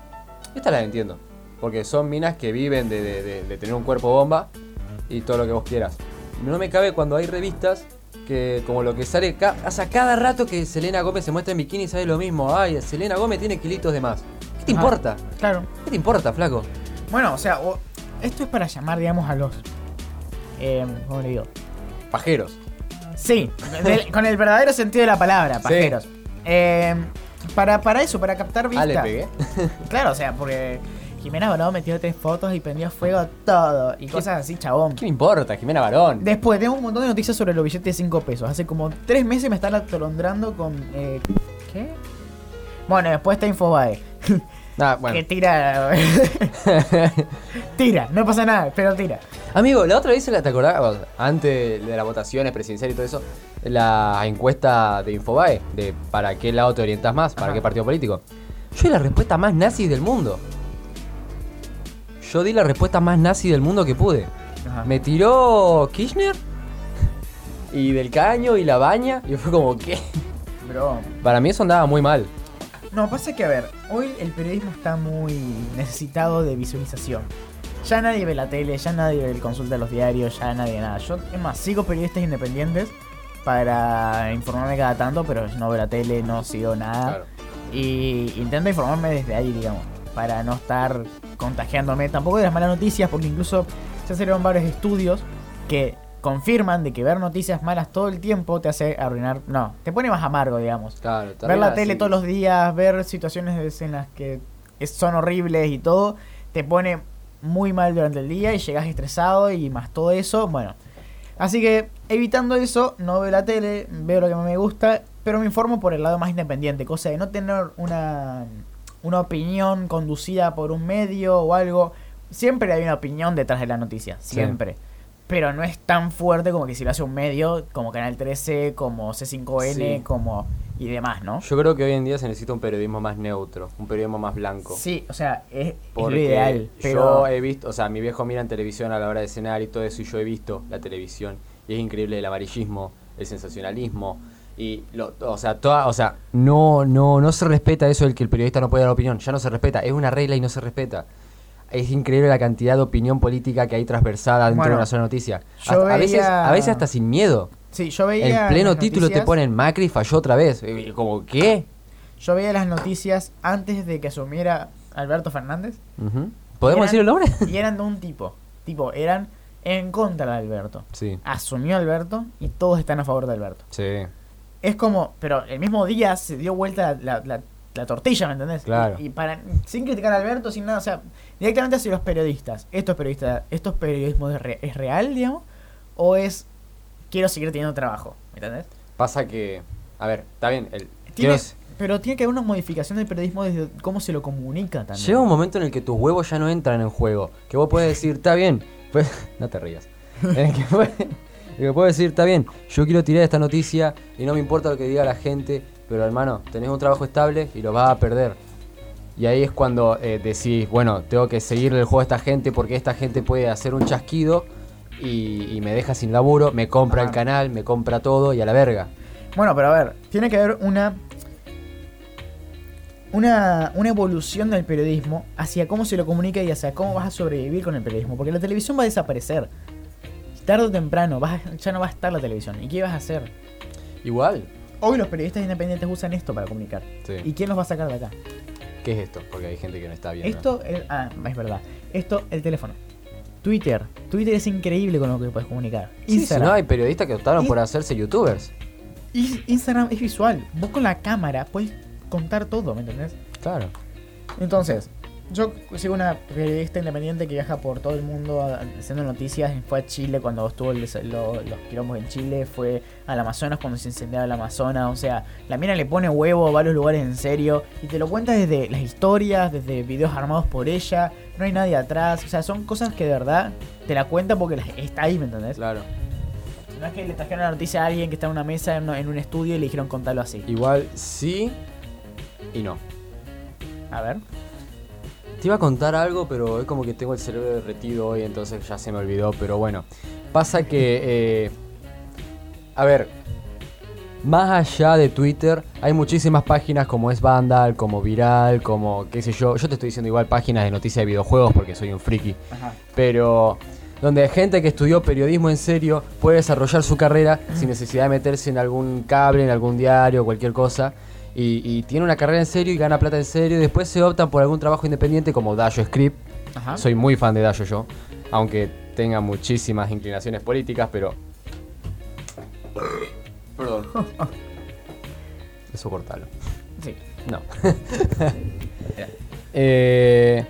estas las entiendo. Porque son minas que viven de, de- de- de tener un cuerpo bomba y todo lo que vos quieras. No me cabe cuando hay revistas que como lo que sale... ca- o sea, cada rato que Selena Gómez se muestra en bikini sale lo mismo. Ay, Selena Gómez tiene kilitos de más. ¿Qué te Ajá. importa? Claro. ¿Qué te importa, flaco? Bueno, o sea, o- esto es para llamar, digamos, a los... Eh, ¿Cómo le digo? Pajeros. Sí, del- con el verdadero sentido de la palabra, Sí. pajeros. Eh, para, para eso, para captar Ah, vistas. le pegué. Claro, o sea, porque Jimena Barón metió tres fotos y prendió fuego a todo. Y cosas así, chabón. ¿Qué me importa, Jimena Barón? Después tengo un montón de noticias sobre los billetes de 5 pesos. Hace como 3 meses me están atolondrando con. eh, ¿Qué? Bueno, después está Infobae. Ah, Que bueno. tira. tira, no pasa nada, pero tira. Amigo, la otra vez, se la- ¿te acordás? Bueno, Antes de las votaciones presidenciales y todo eso, la encuesta de Infobae, de para qué lado te orientas más, para Ajá. qué partido político. Yo di la respuesta más nazi del mundo. Yo di la respuesta más nazi del mundo que pude. Ajá. Me tiró Kirchner y del caño y la baña y fue como que... Bro. Para mí eso andaba muy mal. No, pasa que a ver, hoy el periodismo está muy necesitado de visualización. Ya nadie ve la tele, ya nadie ve el consulta de los diarios, ya nadie nada. Yo, es más, sigo periodistas independientes para informarme cada tanto, pero no veo la tele, no sigo nada. Y intento informarme desde ahí, digamos, para no estar contagiándome tampoco de las malas noticias, porque incluso se hicieron varios estudios que confirman de que ver noticias malas todo el tiempo te hace arruinar, no, te pone más amargo, digamos. claro. Ver la tele todos los días, ver situaciones en las que es- son horribles y todo, te pone muy mal durante el día y llegas estresado y más todo eso, bueno. Así que evitando eso, no veo la tele, veo lo que me gusta, pero me informo por el lado más independiente, cosa de no tener una, una opinión conducida por un medio o algo. Siempre hay una opinión detrás de la noticia, Sí. siempre. Pero no es tan fuerte como que si lo hace un medio, como Canal 13, como C5N, Sí. como y demás, ¿no? Yo creo que hoy en día se necesita un periodismo más neutro, un periodismo más blanco. Sí, o sea, es, es lo Porque ideal, yo pero he visto, o sea, mi viejo mira en televisión a la hora de cenar y todo eso, y yo he visto la televisión, y es increíble el amarillismo, el sensacionalismo, y lo, o sea, toda, o sea, no, no, no se respeta eso del que el periodista no puede dar opinión, ya no se respeta, es una regla y no se respeta. Es increíble la cantidad de opinión política que hay transversada dentro Bueno, de una sola noticia. yo Hasta- a, veces, veía- a veces hasta sin miedo. sí, yo veía En pleno las título te noticias- ponen Macri falló otra vez. Y Como, ¿qué? Yo veía las noticias antes de que asumiera Alberto Fernández Ujú. Eran- ¿Podemos decir el nombre? y eran de un tipo, tipo, eran en contra de Alberto. Sí, Asumió Alberto y todos están a favor de Alberto. sí. Es como, pero el mismo día se dio vuelta la, la- la- la tortilla, ¿me entendés? Claro. Y, y para, sin criticar a Alberto, sin nada, o sea, directamente hacia los periodistas. ¿Esto es, periodista, esto es periodismo de re- es real, digamos? ¿O es quiero seguir teniendo trabajo? ¿Me entendés? Pasa que, a ver, está bien. El, Tiene- Dios, pero tiene que haber una modificación del periodismo desde cómo se lo comunica también. llega un momento en el que tus huevos ya no entran en juego. Que vos puedes decir, está bien. Pues, no te rías. En el que puedes, en el que puedes decir, está bien, yo quiero tirar esta noticia y no me importa lo que diga la gente. Pero hermano, tenés un trabajo estable y lo vas a perder. Y ahí es cuando eh, decís, bueno, tengo que seguirle el juego a esta gente porque esta gente puede hacer un chasquido y, y me deja sin laburo, me compra el Ajá. canal, me compra todo y a la verga. Bueno, pero a ver, tiene que haber una, una una evolución del periodismo hacia cómo se lo comunica y hacia cómo vas a sobrevivir con el periodismo, porque la televisión va a desaparecer. Tarde o temprano vas a- ya no va a estar la televisión. ¿Y qué vas a hacer? Igual. Hoy los periodistas independientes usan esto para comunicar. Sí. ¿Y quién los va a sacar de acá? ¿Qué es esto? Porque hay gente que no está bien. Esto es, ah, es verdad. Esto el teléfono. Twitter. Twitter es increíble con lo que puedes comunicar. Sí, si Instagram. no, hay periodistas que optaron Y- por hacerse youtubers. Y Instagram es visual. Vos con la cámara puedes contar todo, ¿me entendés? Claro. Entonces, yo sigo una periodista independiente que viaja por todo el mundo a- haciendo noticias. Fue a Chile cuando estuvo el des- lo- los quilombos en Chile. Fue al Amazonas cuando se incendiaba el Amazonas. O sea, la mina le pone huevo, va a los lugares en serio. Y te lo cuenta desde las historias, desde videos armados por ella. No hay nadie atrás. O sea, son cosas que de verdad te la cuenta porque las- está ahí, ¿me entendés? Claro. No es que le trajeron la noticia a alguien que está en una mesa, en, en un estudio y le dijeron contarlo así. Igual sí Y no. A ver. Te iba a contar algo, pero es como que tengo el cerebro derretido hoy, entonces ya se me olvidó. Pero bueno, pasa que. eh, a ver, más allá de Twitter, hay muchísimas páginas como es Vandal, como Viral, como qué sé yo. Yo te estoy diciendo igual páginas de noticias de videojuegos porque soy un friki. Ajá. Pero donde gente que estudió periodismo en serio puede desarrollar su carrera sin necesidad de meterse en algún cable, en algún diario, cualquier cosa. Y, y tiene una carrera en serio y gana plata en serio. Y después se optan por algún trabajo independiente como Dayo Script. Ajá. Soy muy fan de Dayo yo, aunque tenga muchísimas inclinaciones políticas, pero... Perdón. Eso cortalo. Sí. No. Eh,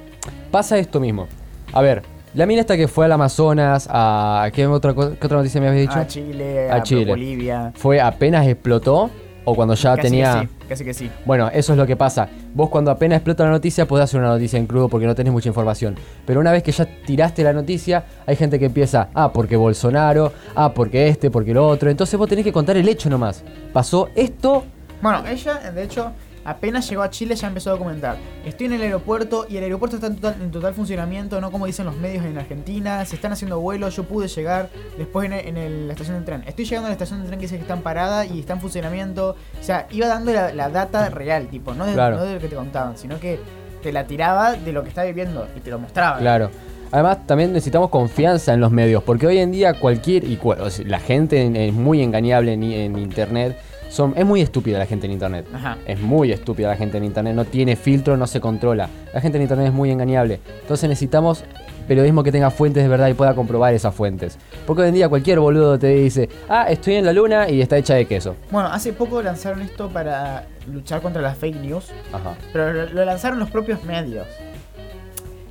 pasa esto mismo. A ver, la mina esta que fue al Amazonas, a. ¿Qué otra, co- qué otra noticia me habías dicho? A Chile, A a, Chile. Bolivia. ¿Fue apenas explotó o cuando ya Casi tenía.? que sí, casi que sí. Bueno, eso es lo que pasa. Vos cuando apenas explota la noticia podés hacer una noticia en crudo porque no tenés mucha información. Pero una vez que ya tiraste la noticia, hay gente que empieza, ah, porque Bolsonaro, ah, porque este, porque lo otro. Entonces vos tenés que contar el hecho nomás. Pasó esto, Bueno, ella, de hecho, apenas llegó a Chile ya empezó a comentar. Estoy en el aeropuerto y el aeropuerto está en total, en total funcionamiento, no como dicen los medios en Argentina. Se están haciendo vuelos, yo pude llegar después en, el- en el- la estación de tren. Estoy llegando a la estación de tren que dice que está en parada y está en funcionamiento. O sea, iba dando la, la data real, tipo, no de, Claro. no de lo que te contaban, sino que te la tiraba de lo que está viviendo y te lo mostraba. Claro. Además, también necesitamos confianza en los medios, porque hoy en día cualquier. Y cua- o sea, la gente en- es muy engañable en, en internet. Son, es muy estúpida la gente en internet. Ajá. Es muy estúpida la gente en internet. No tiene filtro, no se controla. La gente en internet es muy engañable. Entonces necesitamos periodismo que tenga fuentes de verdad y pueda comprobar esas fuentes. Porque hoy en día cualquier boludo te dice, ah, estoy en la luna y está hecha de queso. Bueno, hace poco lanzaron esto para luchar contra las fake news. Ajá. Pero lo, lo lanzaron los propios medios.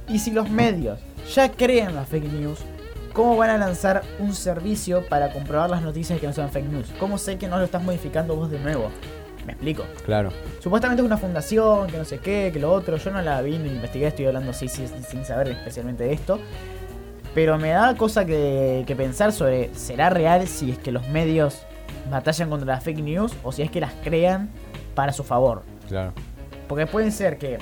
Y si los medios ya crean las fake news, ¿cómo van a lanzar un servicio para comprobar las noticias que no sean fake news? ¿Cómo sé que no lo estás modificando vos de nuevo? Me explico. Claro. Supuestamente es una fundación, que no sé qué, que lo otro. Yo no la vi ni investigué, estoy hablando sí, sí, sin saber especialmente de esto. Pero me da cosa que, que pensar sobre, ¿será real si es que los medios batallan contra las fake news o si es que las crean para su favor? Claro. Porque pueden ser que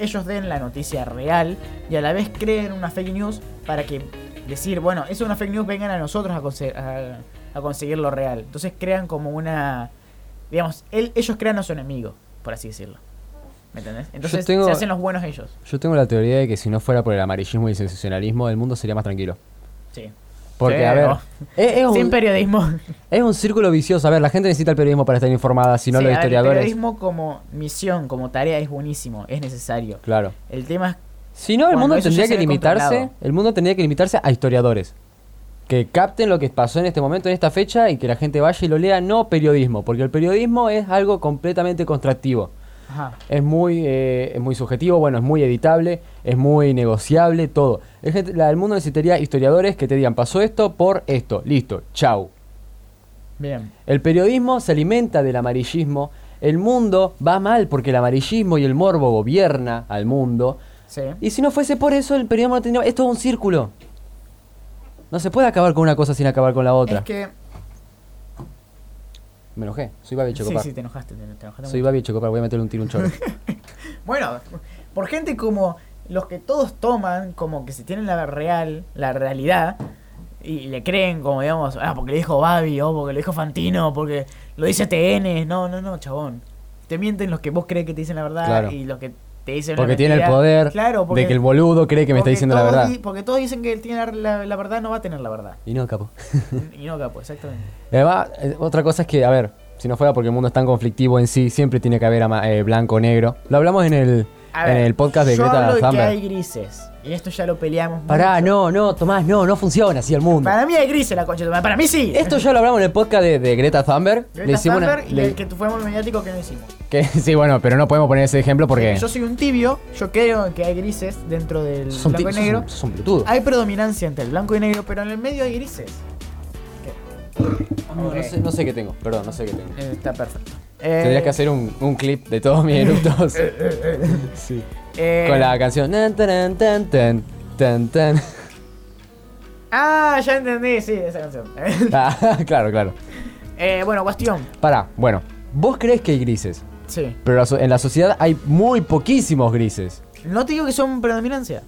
ellos den la noticia real y a la vez creen una fake news para que decir, bueno, eso es una fake news, vengan a nosotros a, conse- a- a conseguir lo real. Entonces crean como una... Digamos, él- ellos crean a su enemigo, por así decirlo. ¿Me entendés? Entonces tengo- se hacen los buenos ellos. Yo tengo la teoría de que si no fuera por el amarillismo y el sensacionalismo, el mundo sería más tranquilo. Sí. Porque, Sí, a ver. no. es- es un- Sin periodismo. Es un círculo vicioso. A ver, la gente necesita el periodismo para estar informada, si no Sí, a ver, El los historiadores. periodismo como misión, como tarea es buenísimo, es necesario. Claro. El tema es... Si no, el Cuando mundo eso ya tendría se que ve limitarse. controlado. El mundo tendría que limitarse a historiadores. Que capten lo que pasó en este momento, en esta fecha, y que la gente vaya y lo lea, no periodismo, porque el periodismo es algo completamente contractivo. Ajá. Es muy, eh, es muy subjetivo, bueno, es muy editable, es muy negociable, todo. El, gente- la- el mundo necesitaría historiadores que te digan, pasó esto por esto, listo, chau. Bien. El periodismo se alimenta del amarillismo. El mundo va mal porque el amarillismo y el morbo gobierna al mundo. Sí. Y si no fuese por eso, el periodismo no tendría... Es todo un círculo. No se puede acabar con una cosa sin acabar con la otra. Es que... Me enojé. Soy Babi Sí, Chocopar. sí, te enojaste. Te, te enojaste Soy Babi Chocopar. Voy a meterle un tiro a un chorro. Bueno, por gente como los que todos toman como que se tienen la real, la realidad y le creen como digamos, ah, porque lo dijo Babi o porque lo dijo Fantino, porque lo dice TN, no, no, no, chabón. Te mienten los que vos crees que te dicen la verdad Claro. y los que te dicen una porque tiene el mentira. poder Claro, porque- de que el boludo cree que me está porque diciendo la todos verdad. di- porque todos dicen que él tiene la, la- la verdad, no va a tener la verdad. Y no, capo. y no capo, exactamente. Y Además, eh, otra cosa es que, a ver, si no fuera porque el mundo es tan conflictivo en sí, siempre tiene que haber ama- eh, blanco o negro. Lo hablamos en el, A en ver, el podcast de yo Greta hablo de que Thunberg. hay grises y esto ya lo peleamos. Pará, mucho. no, no, Tomás, no, no funciona así el mundo. Para mí hay grises la concha, de tu madre, para mí sí. Esto ya lo hablamos en el podcast de, de Greta Thunberg. Greta Le hicimos una- Thunberg y le- el que fue muy mediático que no hicimos. que- sí, bueno, pero no podemos poner ese ejemplo porque... Yo soy un tibio, yo creo que hay grises dentro del Sos un ti- blanco y sos un- negro. sos un pelotudo. Hay predominancia entre el blanco y negro, pero en el medio hay grises. No, no, sé, no sé qué tengo, perdón, no sé qué tengo. Eh, Está perfecto. Tendrías que hacer un, un clip de todos mis eructos. Eh. sí. Con la canción. Nan, taran, tan, tan, tan, tan. Ah, ya entendí, sí, esa canción. Ah, claro, claro. eh, bueno, cuestión. Pará, bueno. ¿Vos crees que hay grises? Sí. Pero la so- en la sociedad hay muy poquísimos grises. No te digo que son predominancia.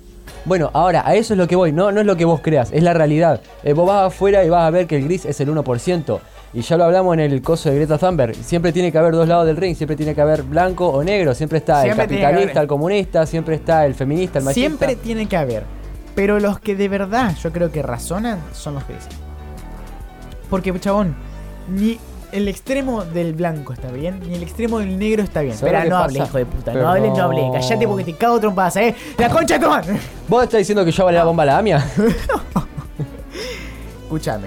Bueno, ahora, a eso es lo que voy, no, no es lo que vos creas, es la realidad. Eh, vos vas afuera y vas a ver que el gris es el 1%. Y ya lo hablamos en el coso de Greta Thunberg. Siempre tiene que haber dos lados del ring, siempre tiene que haber blanco o negro, siempre está Siempre el tiene que capitalista, haber. el comunista, siempre está el feminista, el machista. Siempre tiene que haber. Pero los que de verdad yo creo que razonan son los grises. Porque, chabón, ni el extremo del blanco está bien, ni el extremo del negro está bien. ¿Sabes Espera, lo que no hables, pasa? hijo de puta. Perdón. No hables, no hables. Callate porque te cago trompadas, ¿eh? ¡La concha de tu madre! ¿Vos estás diciendo que yo Ah. avalé la bomba a la AMIA? Escúchame.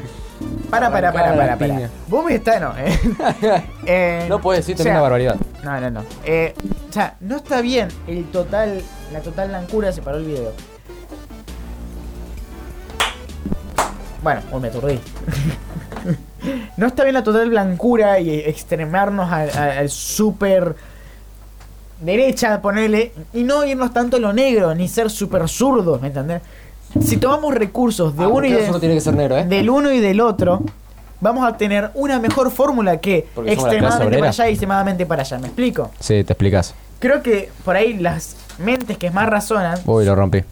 Para, para, para, Arrancá la para, para. piña. Vos me está, no, eh. Eh, no puedes decir, o sea, una barbaridad. No, no, no. Eh, o sea, no está bien el total, la total blancura se paró el video. Bueno, hoy me aturdí. no está bien la total blancura y extremarnos al, al- al super derecha, ponele, y no irnos tanto a lo negro, ni ser super zurdos, ¿me entendés? Si tomamos recursos de Ah, uno porque y eso de, no tiene que ser negro, ¿eh? del uno y del otro, vamos a tener una mejor fórmula que Porque somos la clase extremadamente para obrera. allá y extremadamente para allá. ¿Me explico? Sí, te explicas. Creo que por ahí las mentes que más razonan. Uy, lo rompí.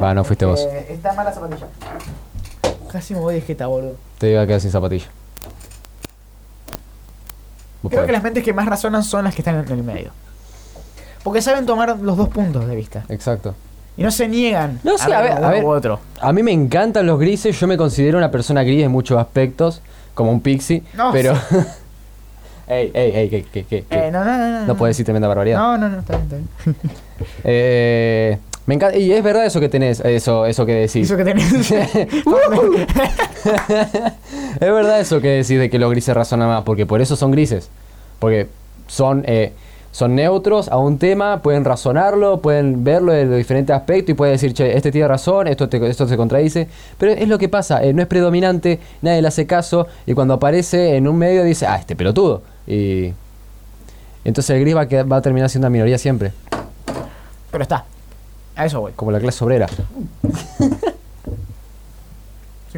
Va, no fuiste vos. Eh, está mala zapatilla. Casi me voy de jeta, boludo. Te iba a quedar sin zapatilla. Vos Creo podés. que las mentes que más razonan son las que están en el medio. Porque saben tomar los dos puntos de vista. Exacto. Y no se niegan No, sí, a ver, uno a ver. u otro. A mí me encantan los grises, yo me considero una persona gris en muchos aspectos, como un pixie, No, pero... ey, ey, ey, que, que, que, que- Eh, no, no, no, no. No puedes decir tremenda barbaridad. No, no, no, está bien, está bien. Eh, me encanta, y es verdad eso que tenés, eso, eso que decís. Eso que tenés. es verdad eso que decís de que los grises razonan más, porque por eso son grises. Porque son, eh, son neutros a un tema, pueden razonarlo, pueden verlo de diferentes aspectos y pueden decir, che, este tiene razón, esto, te- esto se contradice. Pero es lo que pasa, eh, no es predominante, nadie le hace caso y cuando aparece en un medio dice, ah, este pelotudo. Y entonces el gris va a, quedar- va a terminar siendo una minoría siempre, Pero está. A eso voy. como la clase obrera. Soy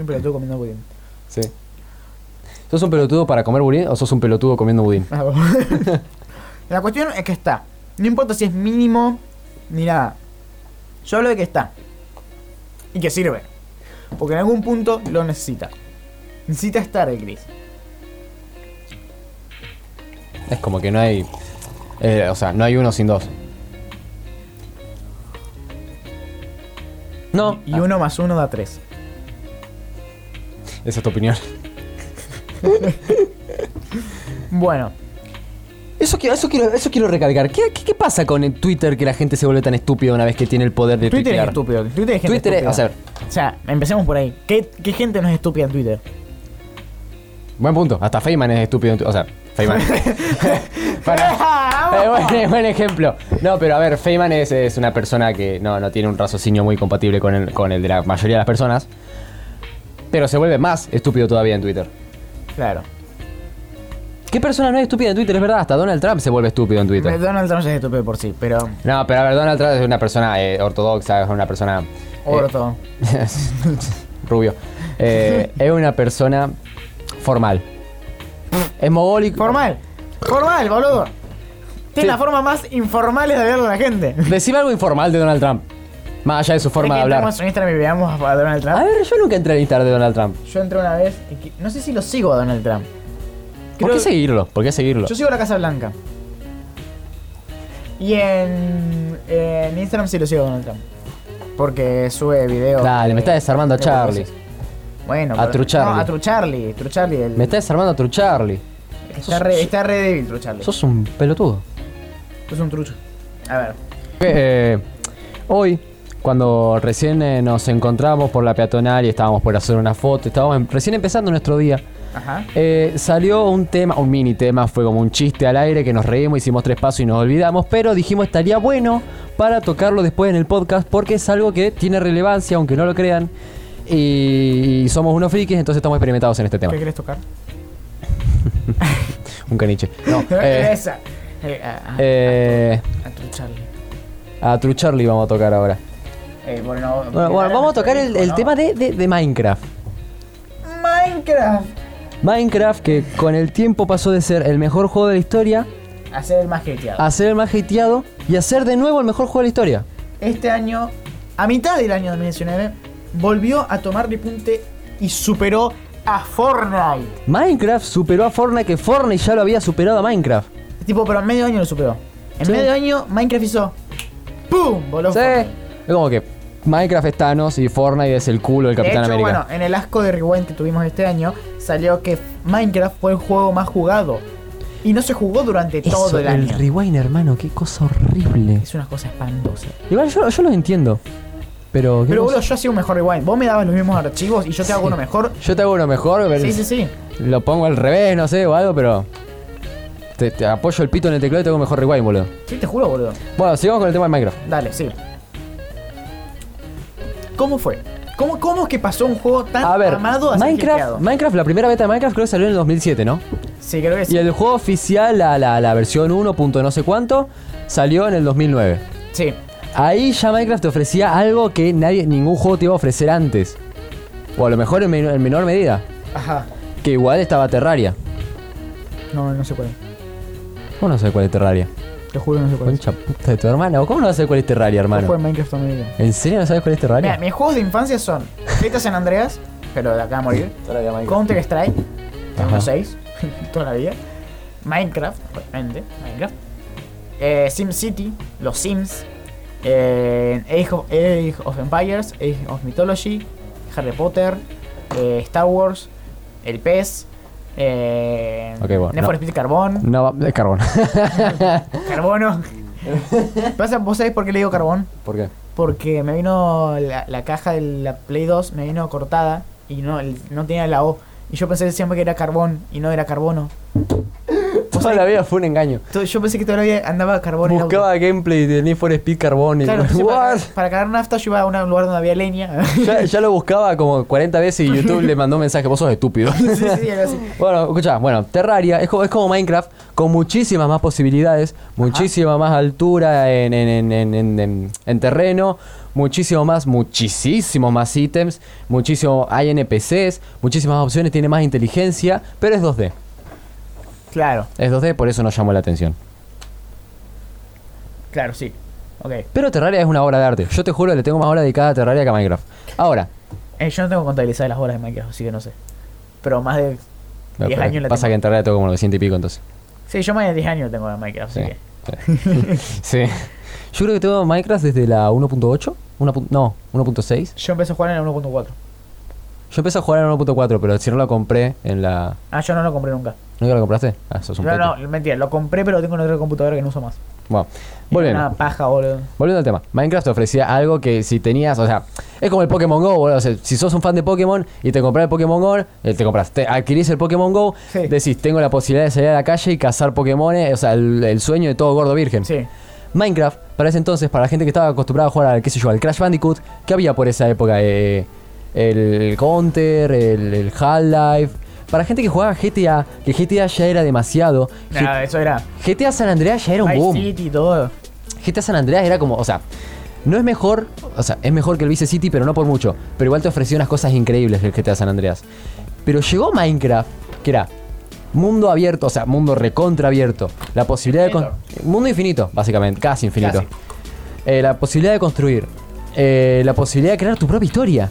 un pelotudo comiendo budín. Sí. ¿Sos un pelotudo para comer budín o sos un pelotudo comiendo budín? Ah, bueno. La cuestión es que está. No importa si es mínimo ni nada. Yo hablo de que está. Y que sirve. Porque en algún punto lo necesita. Necesita estar el gris. Es como que no hay. eh, o sea, no hay uno sin dos. No. Y uno más uno da tres. Esa es tu opinión. Bueno, Eso quiero, eso quiero, eso quiero recalcar. ¿Qué, qué, qué pasa con el Twitter que la gente se vuelve tan estúpida una vez que tiene el poder de Twitter es tuitear? estúpido. Twitter es gente Twitter es- estúpida. o sea, O sea, empecemos por ahí. ¿Qué, qué gente no es estúpida en Twitter? buen punto. Hasta Feynman es estúpido. en tu- O sea, Feynman. Para- Ah, Eh, buen, buen ejemplo. No, pero a ver, Feynman es, es una persona que no, no tiene un raciocinio muy compatible con el, con el de la mayoría de las personas. Pero se vuelve más estúpido todavía en Twitter. Eh. Claro. ¿Qué persona no es estúpida en Twitter? Es verdad, hasta Donald Trump se vuelve estúpido en Twitter. Donald Trump es estúpido por sí, pero... No, pero a ver, Donald Trump es una persona eh, ortodoxa, es una persona... eh, Orto. rubio. Eh, es una persona formal. Es mogólico. Formal. Formal, boludo. Tiene Sí. la forma más informal de hablarle a la gente. Decime algo informal de Donald Trump. Más allá de su forma de que hablar. entramos en Instagram y veamos a Donald A Trump? ver, yo nunca entré en Instagram de Donald Trump. Yo entré una vez. y que- No sé si lo sigo a Donald Trump. ¿Por Creo- qué seguirlo? ¿Por qué seguirlo? Yo sigo a la Casa Blanca. Y en, en Instagram sí lo sigo a Donald Trump. Porque sube videos. Dale, de- me está desarmando a de Charlie. cosas. Bueno, A pero- Trucharlie. No, a Trucharlie. Trucharlie. el- Me está desarmando tu Charlie. está, sos- re, sos- está re débil Trucharlie. Sos un pelotudo. Es un trucho. A ver. Eh, hoy, cuando recién eh, nos encontramos por la peatonal y estábamos por hacer una foto, estábamos em- recién empezando nuestro día, Ajá. eh, salió un tema, un mini tema, fue como un chiste al aire que nos reímos, hicimos tres pasos y nos olvidamos, pero dijimos estaría bueno para tocarlo después en el podcast porque es algo que tiene relevancia, aunque no lo crean. Y y somos unos frikis, entonces estamos experimentados en este tema. ¿Qué querés tocar? Un caniche. No, eh, Esa. Eh, a, a- eh, a Trucharlie. a True Charlie vamos a tocar ahora. Eh, bueno, Bueno, bueno, vamos a tocar el, el tema de, de- de Minecraft. Minecraft. Minecraft que con el tiempo pasó de ser el mejor juego de la historia Hacer el más hateado. a ser el más hateado y hacer de nuevo el mejor juego de la historia. Este año, a mitad del año 2019, volvió a tomar repunte y superó a Fortnite. Minecraft superó a Fortnite que Fortnite ya lo había superado a Minecraft. Tipo, pero en medio año lo superó. En Sí. medio año, Minecraft hizo. ¡Pum! Voló. Sí. Fortnite. Es como que Minecraft es Thanos y Fortnite es el culo del De hecho, Capitán América. bueno, en el asco de Rewind que tuvimos este año, salió que Minecraft fue el juego más jugado. Y no se jugó durante todo Eso, el año. rewind, hermano, qué cosa horrible. es una cosa espantosa. Igual yo, yo los entiendo. Pero, ¿qué Pero, cosa? boludo, yo hacía un mejor rewind. Vos me dabas los mismos archivos y yo te hago Sí. uno mejor. yo te hago uno mejor, pero Sí, sí, sí. lo pongo al revés, no sé, o algo, pero. Te, te apoyo el pito en el teclado y te hago mejor rewind, boludo. Sí, te juro, boludo. Bueno, sigamos con el tema de Minecraft. Dale, sí. ¿Cómo fue? ¿Cómo, cómo es que pasó un juego tan A ver, amado a ser Minecraft, hateado? Minecraft, la primera beta de Minecraft creo que salió en el 2007, ¿no? Sí, creo que Y sí. el juego oficial, la, la, la versión 1. punto no sé cuánto, salió en el 2009. Sí. Ahí ya Minecraft te ofrecía algo que nadie, ningún juego te iba a ofrecer antes. O a lo mejor en, men- en menor medida. Ajá. Que igual estaba Terraria. No, no sé cuál es. ¿Cómo no sé cuál es Terraria? Te juro, no sé cuál es. Concha puta de tu hermana. ¿O ¿Cómo no vas a saber cuál es Terraria, Yo juego hermano? en Minecraft también. ¿En serio no sabes cuál es Terraria? Pues Mira, mis juegos de infancia son GTA San Andreas, pero de acá a morir. Terraria Minecraft. Counter Strike, Ajá. 1.6, toda la vida. Minecraft, obviamente, Minecraft. Eh, SimCity, los Sims. eh, Age, of, Age of Empires, Age of Mythology, Harry Potter, eh, Star Wars, el PES. Eh, Ok, bueno, Need for no. Speed Carbón, No, va- es carbón. Carbono. ¿Pasa, ¿Vos sabés por qué le digo carbón? ¿Por qué? Porque me vino la, la caja de la Play 2, me vino cortada y no, el- no tenía la O. Y yo pensé siempre que era carbón y no era carbono. Toda la vida fue un engaño. To- Yo pensé que todavía andaba carbón en el auto. Buscaba gameplay de Need for Speed Carbón y... Claro, entonces para, What? cagar- para cargar nafta yo iba a un lugar donde había leña. sí, Ya, ya lo buscaba como 40 veces y YouTube le mandó un mensaje, vos sos estúpido. sí, sí, era así. Bueno, escuchá, bueno, Terraria es como, es como Minecraft, con muchísimas más posibilidades, muchísima más altura en, en- en- en- en- en- en terreno, muchísimo más, muchísimo más ítems, muchísimo, hay NPCs, muchísimas más opciones, tiene más inteligencia, pero es 2D. Claro, Es 2D, por eso nos llamó la atención. claro, sí. Ok. Pero Terraria es una obra de arte. Yo te juro, le tengo más hora dedicada a Terraria que a Minecraft. Ahora, Eh, yo no tengo contabilizadas las horas de Minecraft, así que no sé. Pero más de 10 años la pasa que tengo. en Terraria tengo como 900 y pico entonces. Sí, yo más de 10 años tengo en Minecraft, Sí. así que. sí. Yo creo que tengo Minecraft desde la 1.8. una pun- No, 1.6. Yo empecé a jugar en el 1.4. Yo empecé a jugar en 1.4, pero si no la compré en la. Ah, yo no lo compré nunca. ¿No que la compraste? Ah, sos un No, peto. no, mentira, lo compré, pero lo tengo en otra computadora que no uso más. Bueno, Era volviendo. Una paja, boludo. Volviendo al tema. Minecraft te ofrecía algo que si tenías. O sea, es como el Pokémon Go, boludo. O sea, si sos un fan de Pokémon y te compras el Pokémon Go, eh, te compras, te adquirís el Pokémon Go, Sí. decís, tengo la posibilidad de salir a la calle y cazar Pokémones. O sea, el, el sueño de todo gordo virgen. Sí. Minecraft, para ese entonces, para la gente que estaba acostumbrada a jugar al, qué sé yo, al Crash Bandicoot, que había por esa época? Eh, el Counter, el, el Half-Life. Para gente que jugaba GTA, que GTA ya era demasiado. Nada, eso era. GTA San Andreas ya era un Vice boom. City y todo. GTA San Andreas era como, o sea, no es mejor, o sea, es mejor que el Vice City, pero no por mucho. Pero igual te ofrecía unas cosas increíbles el GTA San Andreas. Pero llegó Minecraft, que era mundo abierto, o sea, mundo recontra abierto. La posibilidad de. con- mundo infinito, básicamente, casi infinito. Casi. Eh, la posibilidad de construir. eh, la posibilidad de crear tu propia historia.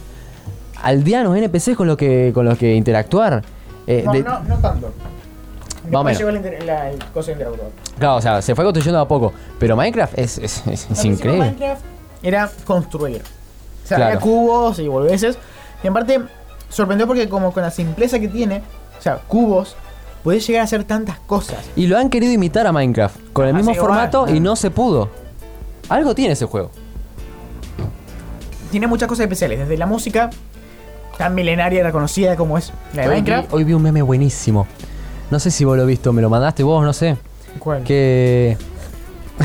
Aldeanos, NPCs con los que, con los que interactuar. eh, No, de- no, no tanto. Más o Después menos. llegó el, inter- la, el coso del interruptor. Claro, o sea, se fue construyendo de a poco. Pero Minecraft es, es- es- es Al principio increíble. Minecraft era construir. O sea, Claro. había cubos y volveces. Y en parte sorprendió porque como con la simpleza que tiene, o sea, cubos, podés llegar a hacer tantas cosas. Y lo han querido imitar a Minecraft con el Ah, mismo sí, formato igual. y no se pudo. Algo tiene ese juego. Tiene muchas cosas especiales, desde la música tan milenaria y reconocida como es la de Hoy vi- Minecraft. Hoy vi un meme buenísimo. No sé si vos lo visto, me lo mandaste vos, no sé. ¿Cuál? Que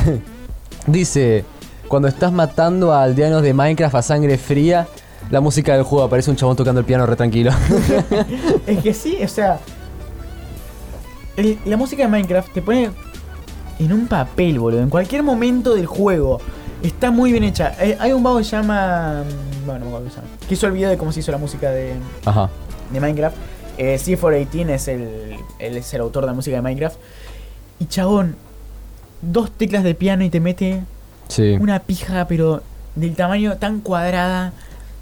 dice, cuando estás matando a aldeanos de Minecraft a sangre fría, la música del juego aparece un chabón tocando el piano re tranquilo. Es que sí, o sea. el- la música de Minecraft te pone en un papel, boludo. En cualquier momento del juego. Está muy bien hecha. Eh, hay un vago que se llama. mm, Bueno, no me acuerdo cómo se llama. Que hizo el video de cómo se hizo la música de, Ajá. de Minecraft. Eh, C418 es el, él es el autor de la música de Minecraft. Y chabón, dos teclas de piano y te mete Sí. una pija, pero del tamaño tan cuadrada.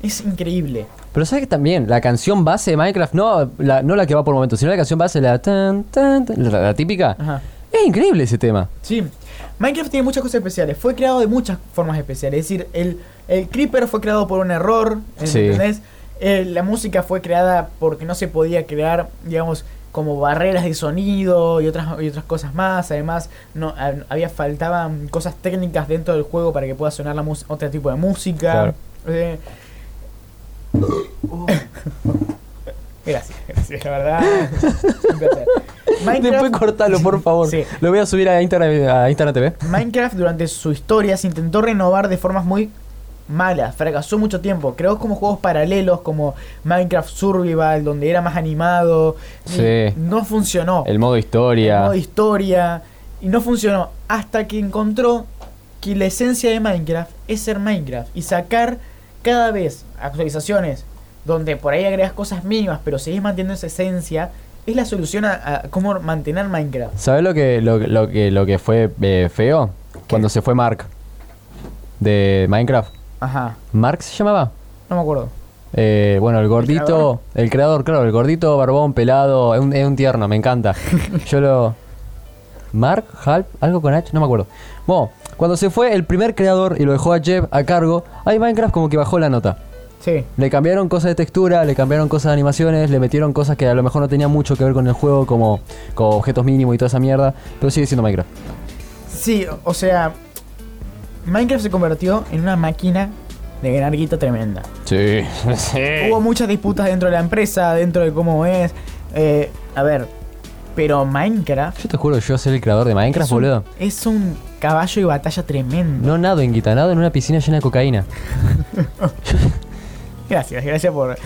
Es increíble. Pero sabes que también, la canción base de Minecraft, no la, no la que va por momentos, sino la canción base, la tan, tan, tan, la, la típica. Ajá. Es increíble ese tema. Sí, Minecraft tiene muchas cosas especiales. Fue creado de muchas formas especiales. Es decir, el, el creeper fue creado por un error, Sí. ¿entendés? Eh, la música fue creada porque no se podía crear, digamos, como barreras de sonido y otras, y otras cosas más. Además, no ha- había faltaban cosas técnicas dentro del juego para que pueda sonar la mus- otro tipo de música. Claro. Eh, Gracias, gracias, la verdad. Un placer. Después cortalo, por favor. Sí. Lo voy a subir a Instagram, a Instagram TV. Minecraft durante su historia se intentó renovar de formas muy malas, fracasó mucho tiempo, creó como juegos paralelos como Minecraft Survival, donde era más animado, y Sí. no funcionó, El modo El historia. modo historia, y no funcionó, hasta que encontró que la esencia de Minecraft es ser Minecraft y sacar cada vez actualizaciones donde por ahí agregas cosas mínimas pero seguís manteniendo esa esencia, es la solución a, a cómo mantener Minecraft. ¿Sabes lo que, lo, lo que, lo que fue eh, feo? Cuando se fue Mark de Minecraft. Ajá, ¿Mark se llamaba? no me acuerdo. Eh, bueno, el creador? gordito, el creador? claro, el gordito, barbón, pelado, es un, es un tierno, me encanta. Yo lo. Mark, Halp, algo con H, no me acuerdo. Bueno, cuando se fue el primer creador y lo dejó a Jeb a cargo, ahí Minecraft como que bajó la nota. Sí. Le cambiaron cosas de textura, le cambiaron cosas de animaciones, le metieron cosas que a lo mejor no tenían mucho que ver con el juego, como, como objetos mínimos y toda esa mierda, pero sigue siendo Minecraft. Sí, o sea, Minecraft se convirtió en una máquina de ganar guita tremenda. Sí, sí. Hubo muchas disputas dentro de la empresa, dentro de cómo es. eh, a ver, pero Minecraft Yo te juro, yo ser el creador de Minecraft, es, un, boludo. es un caballo de batalla tremendo. No nado en guita, nado en una piscina llena de cocaína. Gracias, gracias por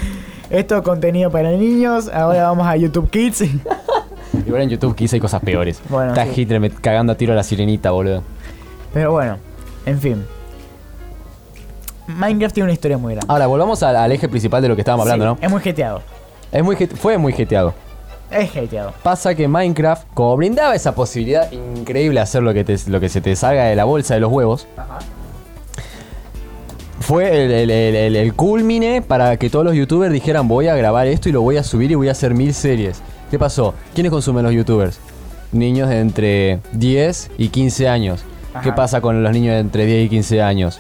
esto contenido para niños. Ahora vamos a YouTube Kids. Igual en YouTube quise hay cosas peores. Bueno, Está sí. Hitler me- cagando a tiro a la sirenita, boludo. Pero bueno, en fin. Minecraft tiene una historia muy grande. Ahora, volvamos al, al eje principal de lo que estábamos Ah, hablando, Sí, Es muy hateado. ¿no? Es muy, hate- fue muy hateado. Es hateado. Pasa que Minecraft, como brindaba esa posibilidad increíble de hacer lo que, te, lo que se te salga de la bolsa de los huevos, fue el, el- el- el- el culmine para que todos los youtubers dijeran voy a grabar esto y lo voy a subir y voy a hacer mil series. ¿Qué pasó? ¿Quiénes consumen los youtubers? Niños de entre 10 y 15 años. ¿Qué Ajá. pasa con los niños de entre 10 y 15 años?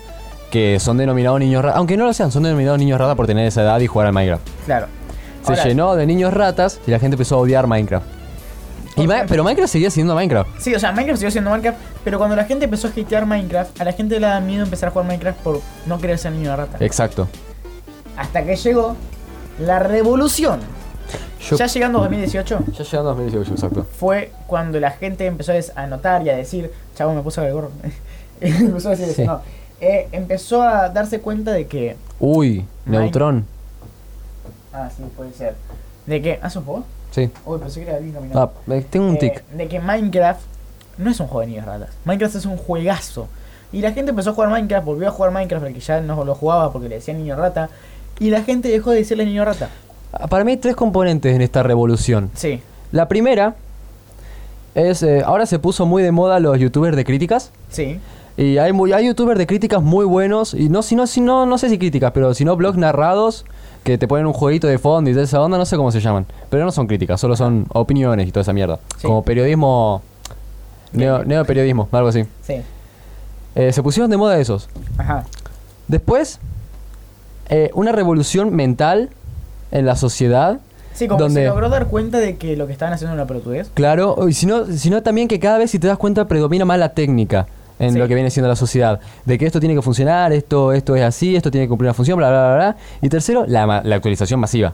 Que son denominados niños rata. Aunque no lo sean, son denominados niños rata por tener esa edad y jugar al Minecraft. Claro. Se Ahora- llenó de niños ratas y la gente empezó a odiar Minecraft. Y Ma- pero Minecraft seguía siendo Minecraft. Sí, o sea, Minecraft siguió siendo Minecraft, pero cuando la gente empezó a hatear Minecraft, a la gente le da miedo empezar a jugar Minecraft por no querer ser niño de rata. Exacto. Hasta que llegó la revolución. Yo- Ya llegando a 2018, ya llegando a 2018, exacto. fue cuando la gente empezó a des- a anotar y a decir, chavo, me puso el gorro. empezó a decir eso, Sí. no. Eh, empezó a darse cuenta de que. Uy, Mine- Neutron. Ah, sí, puede ser. De que. ¿Ah, sos vos? Sí. Uy, pensé que era alguien caminando. Ah, eh, tengo un eh, tic. de que Minecraft no es un juego de niños ratas. Minecraft es un juegazo. Y la gente empezó a jugar Minecraft, volvió a jugar Minecraft porque ya no lo jugaba porque le decían niño rata. Y la gente dejó de decirle niño rata. Ah, Para mí hay tres componentes en esta revolución. Sí. La primera es. eh, ahora se puso muy de moda los youtubers de críticas. Sí. Y hay, muy, hay youtubers de críticas muy buenos, y no, si no, si no, no sé si críticas, pero si no blogs narrados que te ponen un jueguito de fondo y de esa onda, no sé cómo se llaman. Pero no son críticas, solo son opiniones y toda esa mierda. Sí. Como periodismo, neo, neoperiodismo, algo así. Sí. Eh, se pusieron de moda esos. Ajá. Después, eh, una revolución mental en la sociedad. Sí, como que Donde- se logró dar cuenta de que lo que estaban haciendo era una pelotudez. Claro, y sino, sino también que cada vez, si te das cuenta, predomina más la técnica en Sí. lo que viene siendo la sociedad. De que esto tiene que funcionar, esto, esto es así, esto tiene que cumplir una función, bla, bla, bla. bla. Y tercero, la, ma- la actualización masiva.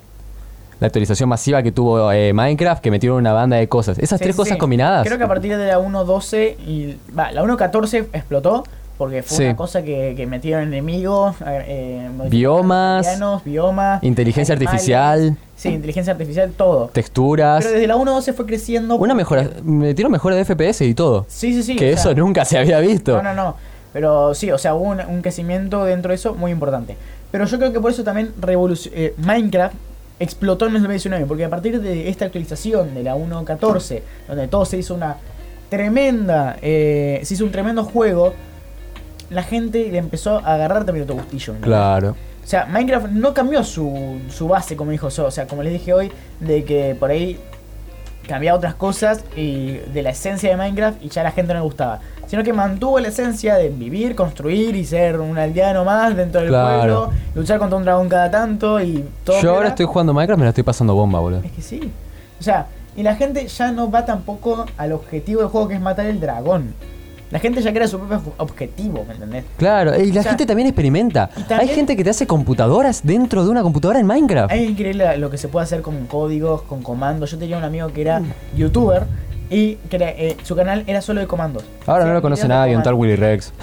La actualización masiva que tuvo eh, Minecraft, que metieron una banda de cosas. Esas Sí, tres sí, cosas sí. combinadas. Creo que a partir de la 1.12 y. Va, la 1.14 explotó. Porque fue Sí. una cosa que, que metieron enemigos, eh, modificaron Biomas. aldeanos, biomas, Inteligencia animales. artificial, Sí, inteligencia artificial, todo. texturas. Pero desde la 1.12 fue creciendo. Una mejora, metieron mejora de FPS y todo. Sí, sí, sí. que o sea, eso nunca se había visto. No, no, no. Pero sí, o sea, hubo un, un crecimiento dentro de eso muy importante. Pero yo creo que por eso también revolucio- eh, Minecraft explotó en el 2019. Porque a partir de esta actualización de la 1.14, donde todo se hizo una tremenda, eh, se hizo un tremendo juego, la gente le empezó a agarrar también otro gustillo. ¿no? Claro. O sea, Minecraft no cambió su, su base, como dijo So. O sea, como les dije hoy, de que por ahí cambiaba otras cosas y de la esencia de Minecraft y ya a la gente no le gustaba. Sino que mantuvo la esencia de vivir, construir y ser un aldeano más dentro del Claro. pueblo, luchar contra un dragón cada tanto y todo. Yo ahora piola. estoy jugando Minecraft, me la estoy pasando bomba, boludo. Es que sí. O sea, y la gente ya no va tampoco al objetivo del juego que es matar el dragón. La gente ya crea su propio objetivo, ¿me entendés? Claro, y la O sea, gente también experimenta. y también- Hay gente que te hace computadoras dentro de una computadora en Minecraft. Es increíble la- lo que se puede hacer con códigos, con comandos. Yo tenía un amigo que era youtuber y que era, eh, su canal era solo de comandos. Ahora Hacía no lo conoce videos de nadie, un tal comandos. Willy Rex.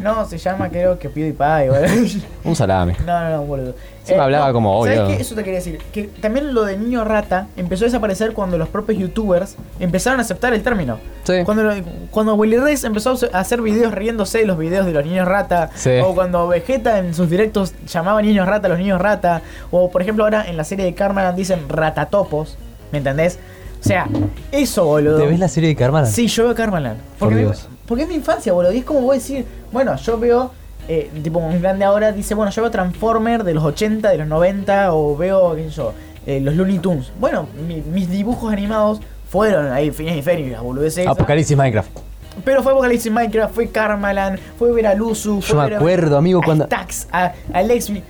No, se llama creo que PewDiePie. boludo. Un salame. No, no, no, boludo. Sí me hablaba como hoy, ¿Sabes ¿no? qué? Eso te quería decir. Que también lo de niño rata empezó a desaparecer cuando los propios youtubers empezaron a aceptar el término. Sí. Cuando, lo- cuando Willy Rex empezó a hacer videos riéndose de los videos de los niños rata. Sí. O cuando Vegeta en sus directos llamaba niños rata a los niños rata. O por ejemplo ahora en la serie de Carmen dicen ratatopos. ¿Me entendés? O sea, eso, boludo. ¿Te ves la serie de Carmela? Sí, yo veo Karmaland. Por Porque, me- Dios. porque es mi infancia, boludo. Y es como voy a decir, bueno, yo veo, eh, tipo, un grande ahora dice, bueno, yo veo Transformer de los 80, de los 90, o veo, qué sé yo, eh, los Looney Tunes. Bueno, mi- mis dibujos animados fueron ahí, fines y férias, boludo. Apocalipsis Minecraft. Pero fue Apocalipsis Minecraft, fue Karmaland, fue ver a Luzu, fue Yo me ver a- acuerdo, amigo, a cuando- Stax, a, a Lexby.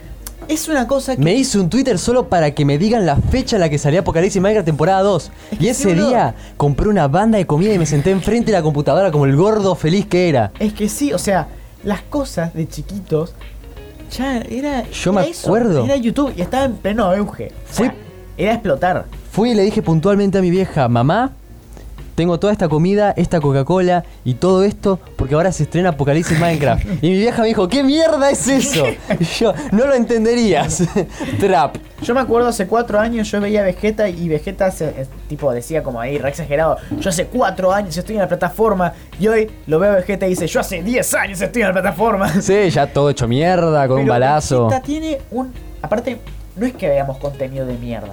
Es una cosa que. Me hice un Twitter solo para que me digan la fecha en la que salía Apocalipsis Minecraft temporada 2. Y ese boludo. día compré una banda de comida y me senté enfrente de la computadora como el gordo feliz que era. Es que sí, o sea, las cosas de chiquitos ya era. Yo era me acuerdo. Era YouTube y estaba en pleno auge. O sea, Fui- era explotar. Fui y le dije puntualmente a mi vieja, mamá, tengo toda esta comida, esta Coca-Cola y todo esto porque ahora se estrena Apocalipsis Minecraft. Y mi vieja me dijo, ¿qué mierda es eso? Y yo, no lo entenderías. Trap. Yo me acuerdo hace cuatro años yo veía a Vegeta y Vegeta se, es- tipo decía como ahí, re exagerado, yo hace cuatro años estoy en la plataforma y hoy lo veo a Vegeta y dice, yo hace diez años estoy en la plataforma. Sí, ya todo hecho mierda, con un Pero balazo. Vegeta tiene un... Aparte, no es que veamos contenido de mierda.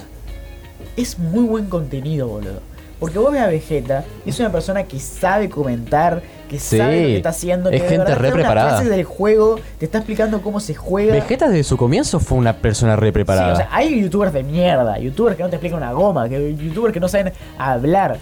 Es muy buen contenido, boludo. Porque vos ves a Vegeta, y es una persona que sabe comentar, que Sí, sabe lo que está haciendo. que es de gente verdad re te da unas preparada. clases del juego, te está explicando cómo se juega. Vegeta desde su comienzo fue una persona re Sí, preparada. o sea, hay youtubers de mierda, youtubers que no te explican una goma, que youtubers que no saben hablar.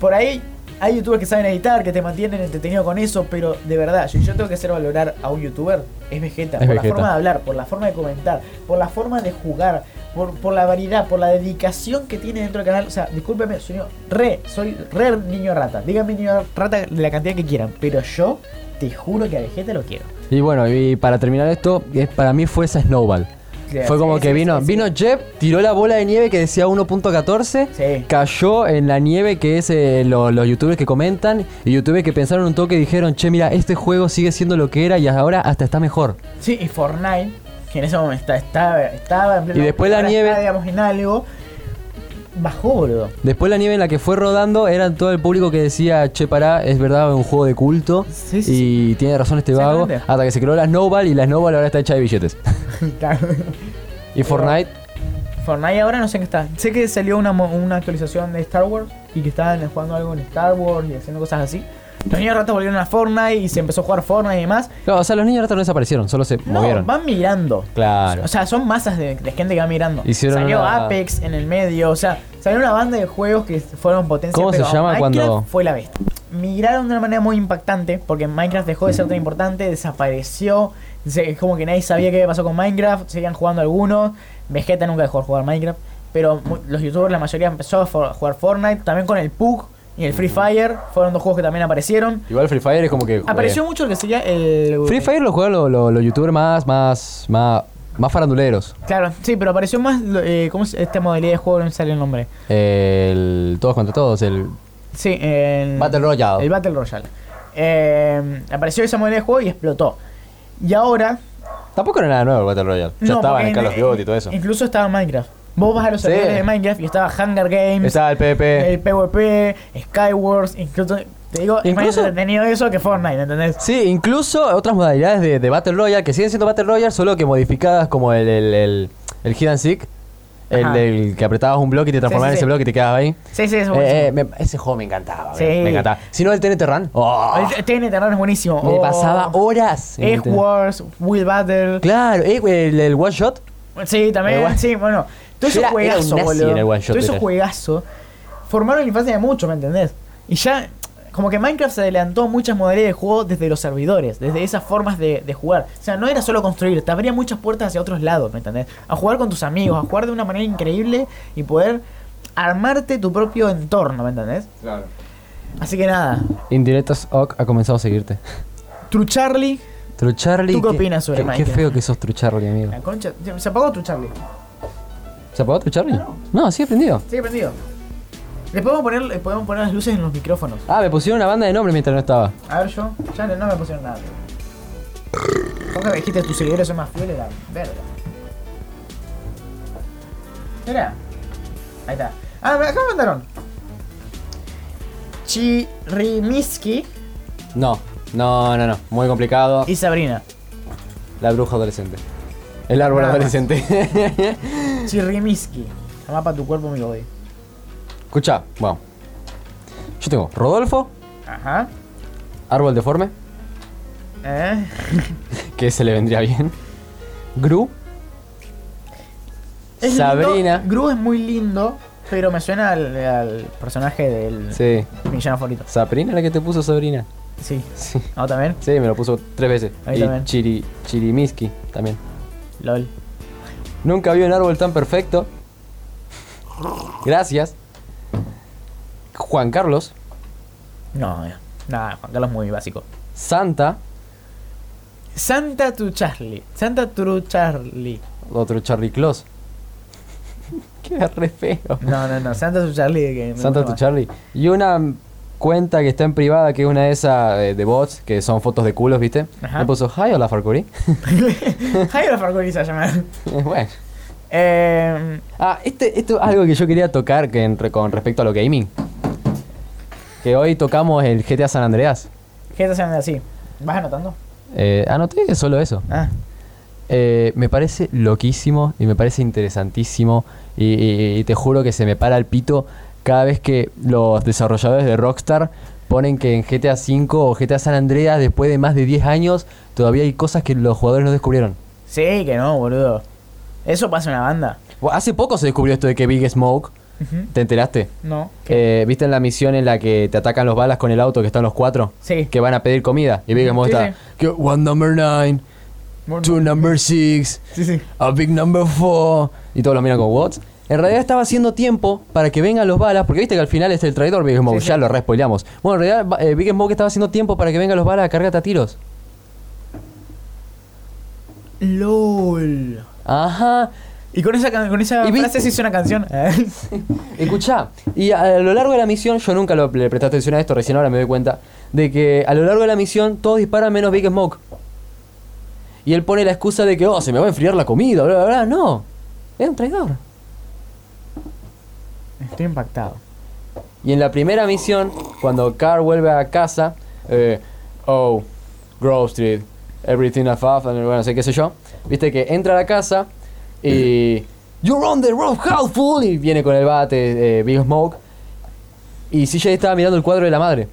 Por ahí hay youtubers que saben editar, que te mantienen entretenido con eso, pero de verdad, si yo tengo que hacer valorar a un youtuber, es Vegeta, Es por Vegeta. la forma de hablar, por la forma de comentar, por la forma de jugar, por, por la variedad, por la dedicación que tiene dentro del canal. O sea, discúlpeme, soy re, soy re niño rata. Díganme niño rata la cantidad que quieran, pero yo te juro que a Vegeta lo quiero. Y bueno, y para terminar esto, es- para mí fue esa Snowball. Sí, fue como sí, que sí, vino, sí, sí. vino Jeb, tiró la bola de nieve que decía 1.14, Sí. cayó en la nieve que es eh, lo- los youtubers que comentan, y youtubers que pensaron un toque y dijeron, che, mira, este juego sigue siendo lo que era y ahora hasta está mejor. Sí, y Fortnite, que en ese momento está- estaba, estaba en pleno- Y después la ahora nieve- está, digamos, en algo. Bajó, boludo. Después la nieve en la que fue rodando era todo el público que decía, che, pará, es verdad, es un juego de culto, Sí, sí, y tiene razón este vago, Exactamente. hasta que se creó la Snowball y la Snowball ahora está hecha de billetes. Claro. y Fortnite, Fortnite ahora no sé en qué está. Sé que salió una, mo- una actualización de Star Wars y que estaban jugando algo en Star Wars y haciendo cosas así. Los niños ratas volvieron a Fortnite y se empezó a jugar Fortnite y demás. no, o sea, los niños ahora no desaparecieron, solo se No, movieron. van mirando. Claro. O sea, son masas de, de gente que va mirando. Hicieron salió una- Apex en el medio, o sea, salió una banda de juegos que fueron potencia. ¿Cómo se pero llama Minecraft cuando- Fue la bestia. Migraron de una manera muy impactante, porque Minecraft dejó de ser tan importante, desapareció, se- es como que nadie sabía qué había pasado con Minecraft, seguían jugando algunos, Vegeta nunca dejó de jugar Minecraft, pero mu- los youtubers, la mayoría empezó a for- jugar Fortnite, también con el PUG y el Free Fire, fueron dos juegos que también aparecieron. Igual Free Fire es como que. eh, Apareció mucho lo que sería el... Free Fire lo juegan los los- los youtubers más, más, más, más faranduleros. Claro, sí, pero apareció más. lo- Eh, ¿Cómo es esta modalidad de juego? No me sale el nombre. El todos contra todos, el Sí, el. Battle Royale. El Battle Royale. Eh, apareció esa modalidad de juego y explotó. Y ahora. Tampoco era nada nuevo el Battle Royale. Ya no, estaban porque en Call of Duty y todo eso. Incluso estaba Minecraft. Vos vas a los Sí. servidores de Minecraft y estaba Hunger Games, Estaba el PP. el PvP, Skywars, incluso. Te digo, es más Incluso- entretenido eso que Fortnite, ¿entendés? Sí, incluso otras modalidades de, de Battle Royale que siguen siendo Battle Royale, solo que modificadas como el, el, el, el Hidden Seek. El, Ajá. del que apretabas un bloque y te sí, transformabas en ese sí. bloque y te quedabas ahí. Sí, sí, es Eh, buenísimo. eh, me- ese juego me encantaba. Sí. Me, me encantaba. Si no, el TNT Run. oh, El TNT Run es buenísimo. me Oh. pasaba horas. en Egg el TNT. Wars, Will Battle. Claro, eh, el, el One Shot. Sí, también, Igual. sí, bueno. Todo Yo eso era- era juegazo, un nazi boludo. en el one shot, Todo eso era. juegazo. Formaron la infancia de muchos, ¿me entendés? Y ya, como que Minecraft se adelantó muchas modalidades de juego desde los servidores, Ah. desde esas formas de, de jugar. O sea, no era solo construir, te abría muchas puertas hacia otros lados, ¿me entendés? A jugar con tus amigos, a jugar de una manera increíble y poder armarte tu propio entorno, ¿me entendés? Claro. Así que nada, Indirectas Ock ha comenzado a seguirte. True Charlie. True Charlie. ¿Tú qué opinas sobre qué, Qué Minecraft? feo que sos True Charlie, amigo. La concha, se apagó True Charlie. ¿Se apagó True Charlie? No, sí, aprendido. Sigue prendido. Le podemos poner, le podemos poner las luces en los micrófonos. Ah, me pusieron una banda de nombres mientras no estaba. A ver yo, ya no, no me pusieron nada. Vos que me dijiste tus seguidores son más fieles, la verga. Mira. Ahí está. Ah, me- acá me mandaron. Chirimiski No, no, no, no. Muy complicado. y Sabrina. La bruja adolescente. El árbol Nada más. adolescente. Chirimiski. La mapa tu cuerpo, mi body. Escucha, bueno. Yo tengo Rodolfo, Ajá. árbol deforme, ¿Eh? que se le vendría bien. Gru, Es Sabrina. lindo. Gru es muy lindo, pero me suena al, al personaje del Sí. villano favorito. Sabrina la que te puso Sabrina. Sí. Sí. ¿No también? Sí, me lo puso tres veces. Ahí y también. Chiri, Chirimiski también. LOL. Nunca vi un árbol tan perfecto. Gracias. Juan Carlos, No, eh, nada, Juan Carlos es muy básico. Santa, Santa Tru Charlie. Santa Tru Charlie. otro Charlie Claus. Queda re feo. No, no, no. Santa Tru Charlie. Que me Santa gusta tu más. Charlie. Y una mm, cuenta que está en privada, que es una de esas eh, de bots, que son fotos de culos, ¿viste? Ajá. Me puso, hi, hola Farcuri. Jairo Fargori se va a llamar. bueno. Eh, Ah, este, esto es algo que yo quería tocar que en re- con respecto a lo gaming. Que hoy tocamos el GTA San Andreas. ¿Qué estás haciendo así? ¿Vas anotando? Eh, anoté solo eso. Ah. Eh, me parece loquísimo y me parece interesantísimo y, y- y te juro que se me para el pito cada vez que los desarrolladores de Rockstar ponen que en GTA V o GTA San Andreas después de más de 10 años todavía hay cosas que los jugadores no descubrieron. Sí, que no, boludo. Eso pasa en la banda. Bu- Hace poco se descubrió esto de que Big Smoke, Ujú. ¿te enteraste? No. Eh, ¿Viste en la misión en la que te atacan los balas con el auto que están los cuatro? Sí. Que van a pedir comida y Big Smoke Sí, está... sí. "Que One number nine, two number six, Sí, sí. A big number four. Y todos lo miran como, what? En realidad estaba haciendo tiempo para que vengan los balas, porque viste que al final es el traidor Big Smoke, Sí, sí. ya lo respoilamos. Bueno, en realidad ba- eh, Big Smoke estaba haciendo tiempo para que vengan los balas a cargarte a tiros. LOL. Ajá. Y con esa, can- con esa Y vi- frase se hizo una canción. Escuchá, y a, a lo largo de la misión, yo nunca lo, le presté atención a esto, recién ahora me doy cuenta, de que a lo largo de la misión todos disparan menos Big Smoke. Y él pone la excusa de que, oh, se me va a enfriar la comida, bla, bla, bla. No, es un traidor. Estoy impactado. Y en la primera misión, cuando Carl vuelve a casa, eh, oh, Grove Street, everything above, and bueno, sé qué sé yo, viste que entra a la casa y. You're on the road, house fool! Y viene con el bate, eh, Big Smoke. Y CJ estaba mirando el cuadro de la madre.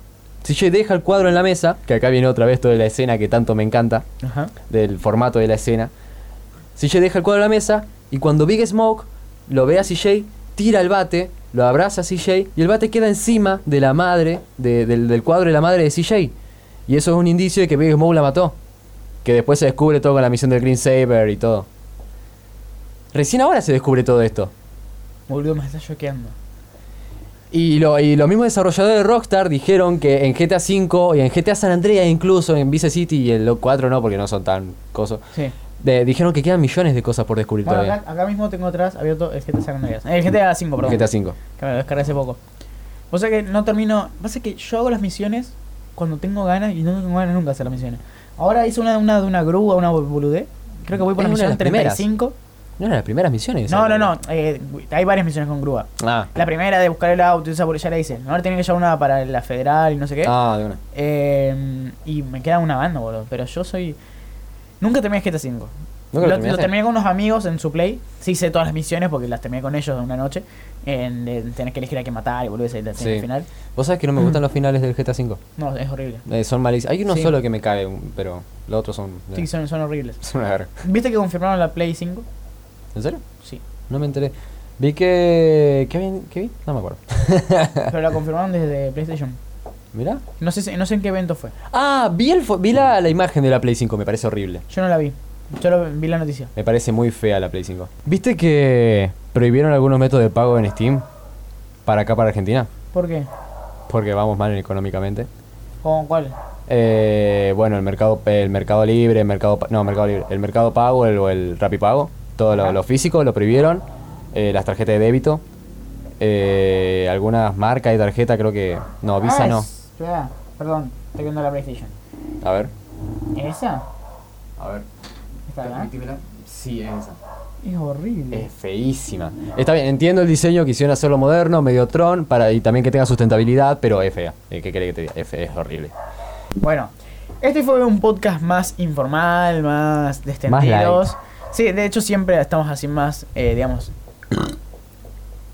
CJ deja el cuadro en la mesa, que acá viene otra vez toda la escena que tanto me encanta, Ajá. del formato de la escena. CJ deja el cuadro en la mesa y cuando Big Smoke lo ve a CJ, tira el bate, lo abraza a CJ y el bate queda encima de la madre, de- del, del cuadro de la madre de CJ. Y eso es un indicio de que Big Smoke la mató. Que después se descubre todo con la misión del Green Saber y todo. Recién ahora se descubre todo esto. Boludo, me está choqueando. Y, lo- y los mismos desarrolladores de Rockstar dijeron que en GTA V y en GTA San Andreas incluso, en Vice City y en Lo 4 no, porque no son tan cosos. Sí. De- dijeron que quedan millones de cosas por descubrir Bueno, todavía. acá, acá mismo tengo atrás abierto el GTA San Andreas. Eh, El GTA 5, perdón. GTA 5. Que me lo descargué hace poco. O sea que no termino. Pasa que yo hago las misiones cuando tengo ganas y no tengo ganas nunca de hacer las misiones. Ahora hice una, una de una grúa, una boludez. Creo que voy por la Es una de misión las primeras. 35. No eran las primeras misiones. No, no, no. eh, hay varias misiones con grúa. Ah, La primera de buscar el auto, esa por- ya la hice. Ahora tienen que llevar una para la federal y no sé qué. ah, de una. Em, Eh, y me queda una banda, boludo. Pero yo soy. Nunca terminé GTA 5. ¿Nunca Lo, lo lo terminaste? terminé con unos amigos en su play. Sí, hice todas las misiones porque las terminé con ellos en una noche. En, de tener que elegir a qué matar y volver a ir al Sí. final. Vos sabés que no me gustan los finales del GTA V. No, es horrible. Eh, son malísimos. Hay uno Sí. solo que me cae, un- pero los otros son. Sí, son, son horribles. son una verga. ¿Viste que confirmaron la Play 5? ¿En serio? Sí. No me enteré. Vi que. ¿Qué vi? ¿Qué vi? No me acuerdo. Pero la confirmaron desde PlayStation. Mirá. No sé, si- no sé en qué evento fue. Ah, vi, el fo- vi la, la imagen de la Play 5, me parece horrible. Yo no la vi. Solo vi la noticia. Me parece muy fea la Play 5. ¿Viste que prohibieron algunos métodos de pago en Steam? Para acá, para Argentina. ¿Por qué? Porque vamos mal económicamente. ¿Con cuál? Eh, bueno, el mercado, el mercado libre, el mercado, Pa- no, mercado libre, el mercado pago, el, o el Rapipago, todo lo, lo físico lo prohibieron, eh, las tarjetas de débito, eh, algunas marcas de tarjeta, creo que, no, Visa Ah, no, es- espera, perdón, estoy viendo la PlayStation. a ver, ¿Esa? a ver, ¿Está acá? sí es esa, Es horrible. es feísima, está bien, entiendo el diseño que hicieron hacerlo moderno, medio tron, para y también que tenga sustentabilidad, pero es fea, Eh, ¿qué querés que te diga? Es, fe- es horrible, Bueno, este fue un podcast más informal, más Más destendidos. Sí, de hecho siempre estamos así más, eh, digamos...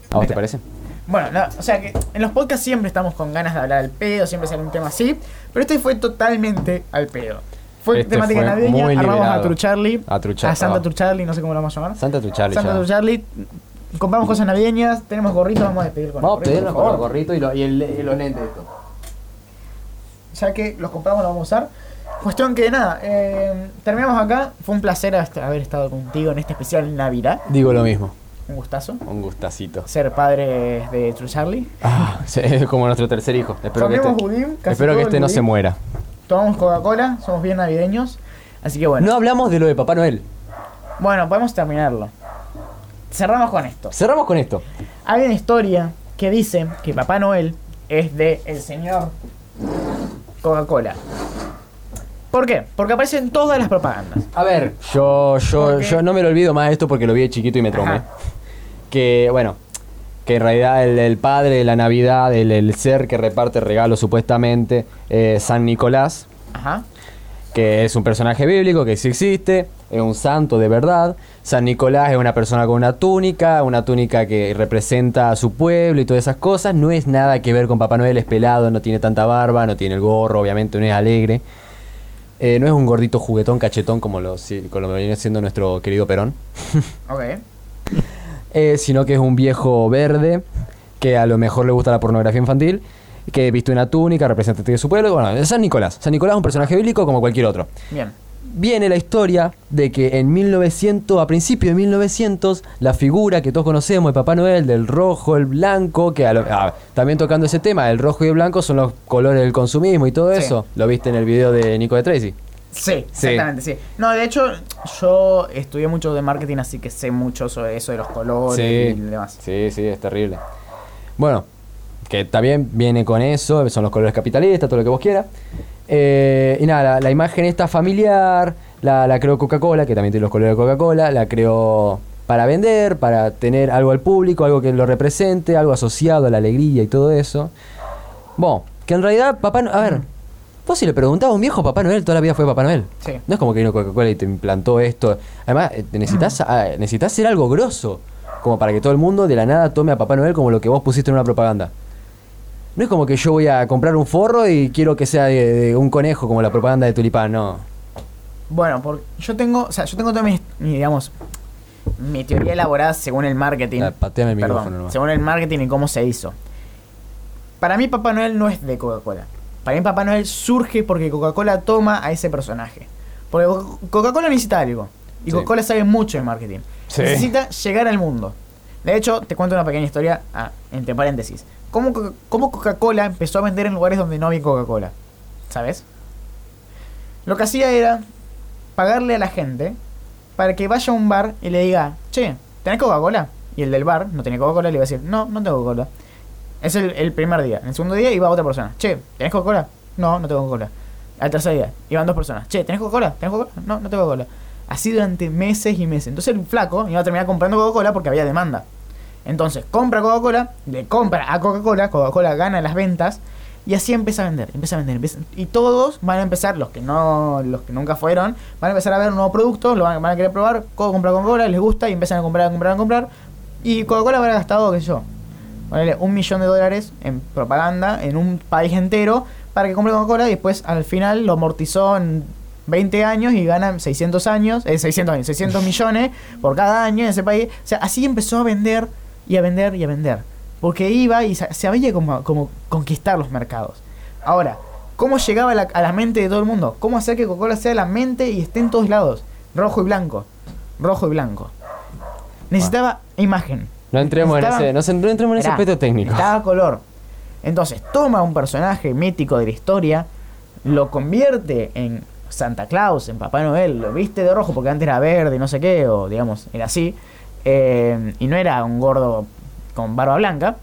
¿a vos Mira. te parece? Bueno, no, o sea que en los podcasts siempre estamos con ganas de hablar al pedo, siempre sale un tema así, pero este fue totalmente al pedo. Fue Este temática fue navideña, muy armamos a liberado. Trucharli, A Truchar- a Santa ah. Trucharli, no sé cómo lo vamos a llamar. Santa tu Charlie, Santa ya. Trucharli, compramos cosas navideñas, tenemos gorritos, vamos a despedir con Vamos a los gorritos, pedirnos por con el favor. gorrito y, lo- y el- y los lentes de esto. ya que los compramos, los vamos a usar. Cuestión que nada, eh, terminamos acá. Fue un placer hasta haber estado contigo en este especial Navidad. Digo lo mismo. Un gustazo. Un gustacito. Ser padre de True Charlie. Ah, sí, es como nuestro tercer hijo. Espero que Comemos este, budín, casi espero todo que el este no budín. se muera. Tomamos Coca-Cola, somos bien navideños. Así que bueno. No hablamos de lo de Papá Noel. Bueno, podemos terminarlo. Cerramos con esto. Cerramos con esto. Hay una historia que dice que Papá Noel es de el señor Coca-Cola. ¿Por qué? Porque aparecen todas las propagandas. A ver, yo, yo, ¿Por qué? yo no me lo olvido más esto porque lo vi de chiquito y me traumé. Ajá. Que, bueno, que en realidad el, el padre de la Navidad, el, el ser que reparte regalos supuestamente, eh, San Nicolás, Ajá. que es un personaje bíblico que sí existe, es un santo de verdad. San Nicolás es una persona con una túnica, una túnica que representa a su pueblo y todas esas cosas. No es nada que ver con Papá Noel, es pelado, no tiene tanta barba, no tiene el gorro, obviamente no es alegre. Eh, no es un gordito juguetón, cachetón como lo, si- como lo viene siendo nuestro querido Perón Ok. eh, sino que es un viejo verde que a lo mejor le gusta la pornografía infantil, que viste una túnica representante de su pueblo. Bueno, es San Nicolás. San Nicolás es un personaje bíblico como cualquier otro. Bien. Viene la historia de que en 1900, a principios de 1900, la figura que todos conocemos de Papá Noel, del rojo, el blanco, que a lo- ah, también tocando ese tema, el rojo y el blanco son los colores del consumismo y todo Sí. eso. Lo viste en el video de Nico de Tracy. Sí, exactamente, sí. No, de hecho, yo estudié mucho de marketing, así que sé mucho sobre eso de los colores y demás. Sí, sí, es terrible. Bueno, que también viene con eso, son los colores capitalistas, todo lo que vos quieras. Eh, y nada, la, la imagen esta familiar, la, la creó Coca-Cola, que también tiene los colores de Coca-Cola, la creó para vender, para tener algo al público, algo que lo represente, algo asociado a la alegría y todo eso. Bueno, que en realidad, papá, No- a ver, vos si le preguntaba a un viejo Papá Noel, toda la vida fue Papá Noel. Sí. No es como que vino Coca-Cola y te implantó esto. Además, eh, te necesitas, ah, necesitas hacer algo grosso. Como para que todo el mundo de la nada tome a Papá Noel como lo que vos pusiste en una propaganda. No es como que yo voy a comprar un forro y quiero que sea de, de un conejo como la propaganda de Tulipán, no. Bueno, porque yo tengo, o sea, yo tengo toda mi, mi, digamos, mi teoría elaborada según el marketing. Ah, pateame el Perdón, micrófono nomás. según el marketing y cómo se hizo. Para mí Papá Noel no es de Coca-Cola. Para mí Papá Noel surge porque Coca-Cola toma a ese personaje. Porque Co- Coca-Cola necesita algo. Y Sí. Coca-Cola sabe mucho de marketing. Sí. Necesita llegar al mundo. De hecho, te cuento una pequeña historia, ah, entre paréntesis. ¿Cómo, Coca- cómo Coca-Cola empezó a vender en lugares donde no había Coca-Cola? ¿Sabes? Lo que hacía era pagarle a la gente para que vaya a un bar y le diga, che, ¿tenés Coca-Cola? Y el del bar no tenía Coca-Cola le iba a decir, no, no tengo Coca-Cola. Es el, el primer día. En el segundo día iba otra persona, che, ¿tenés Coca-Cola? No, no tengo Coca-Cola. Al tercer día iban dos personas, che, ¿tenés Coca-Cola? ¿Tenés Coca-Cola? No, no tengo Coca-Cola. Así durante meses y meses. Entonces el flaco iba a terminar comprando Coca-Cola porque había demanda. Entonces compra Coca-Cola, le compra a Coca-Cola, Coca-Cola gana las ventas Y así empieza a vender, empieza a vender, empieza- y todos van a empezar, los que no, los que nunca fueron, van a empezar a ver un nuevo producto, lo van, van a querer probar, co- comprar Coca-Cola, les gusta y empiezan a comprar, a comprar, a comprar. Y Coca-Cola habrá gastado, qué sé yo, ponele un millón de dólares en propaganda en un país entero para que compre Coca-Cola y después al final lo amortizó en 20 años y ganan 600 años, eh, 600 años, 600 millones por cada año en ese país. O sea, así empezó a vender y a vender y a vender. Porque iba y sa- sabía cómo, cómo conquistar los mercados. Ahora, ¿cómo llegaba a la, a la mente de todo el mundo? ¿Cómo hacer que Coca-Cola sea la mente y esté en todos lados? Rojo y blanco. Rojo y blanco. Necesitaba imagen. No entremos en Estaba- ese, no, se- no entremos en ese Era, aspecto técnico. Estaba color. Entonces toma un personaje mítico de la historia, lo convierte en Santa Claus, en Papá Noel, lo viste de rojo porque antes era verde, no sé qué, o digamos, era así. eh, y no era un gordo con barba blanca.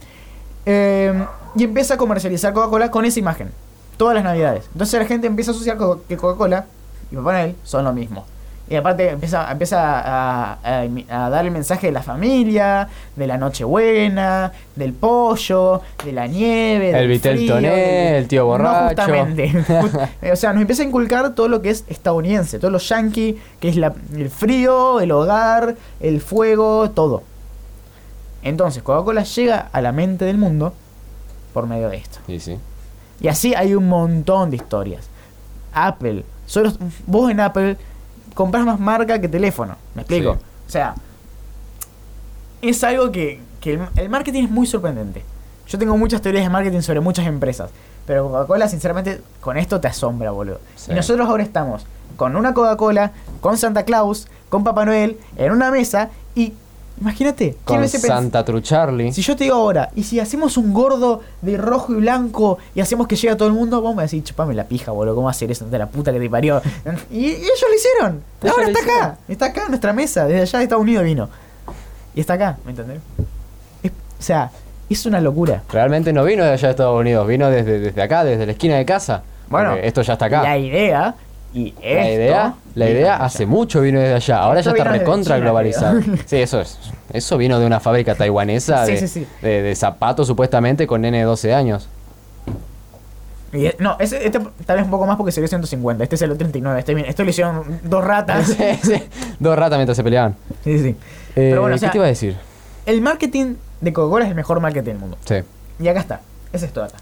eh, y empieza a comercializar Coca-Cola con esa imagen. Todas las navidades. Entonces la gente empieza a asociar co- que Coca-Cola y Papá Noel son lo mismo. Y aparte empieza, empieza a, a- a dar el mensaje de la familia, de la Nochebuena, del pollo, de la nieve, El del Vitel frío, Toné, del- el tío borracho. No, justamente. Ju- o sea, nos empieza a inculcar todo lo que es estadounidense, todo lo yankee, que es la- el frío, el hogar, el fuego, todo. Entonces, Coca-Cola llega a la mente del mundo por medio de esto. Sí, sí. Y así hay un montón de historias. Apple. Solo, vos en Apple compras más marca que teléfono. ¿Me explico? Sí. O sea, es algo que, que el, el marketing es muy sorprendente. Yo tengo muchas teorías de marketing sobre muchas empresas. Pero Coca-Cola, sinceramente, con esto te asombra, boludo. Sí. Y nosotros ahora estamos con una Coca-Cola, con Santa Claus, con Papá Noel, en una mesa y... Imagínate, ¿quién Con hubiese pens- Santa Trucharlie. si yo te digo ahora, y si hacemos un gordo de rojo y blanco y hacemos que llegue a todo el mundo, vos me decís, chupame la pija, boludo, ¿cómo vas a hacer eso de la puta que te parió? Y, y ellos lo hicieron. Ellos ahora lo está hicieron. acá, está acá en nuestra mesa, desde allá de Estados Unidos vino. Y está acá, ¿me entendés? Es- o sea, es una locura. Realmente no vino de allá de Estados Unidos, vino desde, desde acá, desde la esquina de casa. Bueno, Porque esto ya está acá. La idea y esto. La idea, la vino idea de hace mucho vino desde allá. Ahora Esto ya está vino desde recontra China, globalizado. Sí, eso es. Eso vino de una fábrica taiwanesa Sí, de, sí, sí. de- de zapatos supuestamente con nene de 12 años. Y es- no, ese- este tal vez un poco más porque salió 150, este salió 39, este, bien- esto lo hicieron dos ratas. Ah, sí, Sí, sí. Dos ratas mientras se peleaban. sí, sí. Eh, Pero bueno, o ¿Qué sea- te iba a decir? El marketing de Coca-Cola es el mejor marketing del mundo. Sí. Y acá está. Es esto de acá.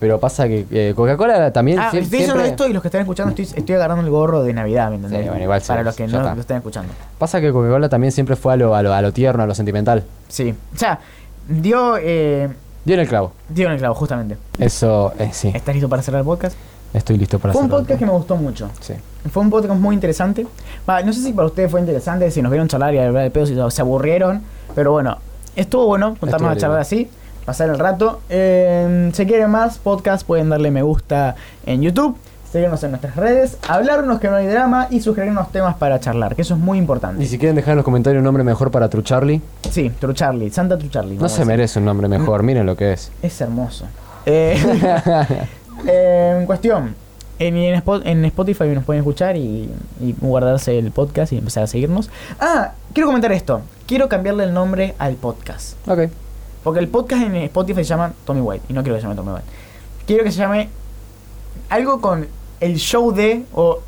Pero pasa que eh, Coca-Cola también Ah, sie- estoy diciendo siempre- esto y los que están escuchando, estoy, estoy agarrando el gorro de Navidad, ¿me entendés? Sí, bueno, igual sí, Para los que ya no está. lo están escuchando. Pasa que Coca-Cola también siempre fue a lo, a lo, a lo tierno, a lo sentimental. Sí. O sea, dio, eh, Dio en el clavo. dio en el clavo, justamente. Eso, eh, sí. ¿Estás listo para cerrar el podcast? Estoy listo para Fue un cerrar. podcast que me gustó mucho. Sí. Fue un podcast muy interesante. Va, no sé si para ustedes fue interesante, si nos vieron charlar y hablar de pedos y todo, se aburrieron. Pero bueno, estuvo bueno juntarnos Estuvo a charlar así, pasar el rato. Eh, si quieren más podcast, pueden darle me gusta en YouTube, seguirnos en nuestras redes, hablarnos que no hay drama y sugerirnos temas para charlar, que eso es muy Y importante. si quieren dejar en los comentarios un nombre mejor para Trucharlie, Sí, True Charlie, Santa True Charlie. no vamos a se decir. merece un nombre mejor, miren lo que es. Es hermoso. Eh, en cuestión, en, en Spo- en Spotify nos pueden escuchar y, y guardarse el podcast y empezar a seguirnos. Ah, quiero comentar esto. Quiero cambiarle el nombre al podcast. ok. Porque el podcast en Spotify se llama Tommy White y no quiero que se llame Tommy White. Quiero que se llame algo con el show de o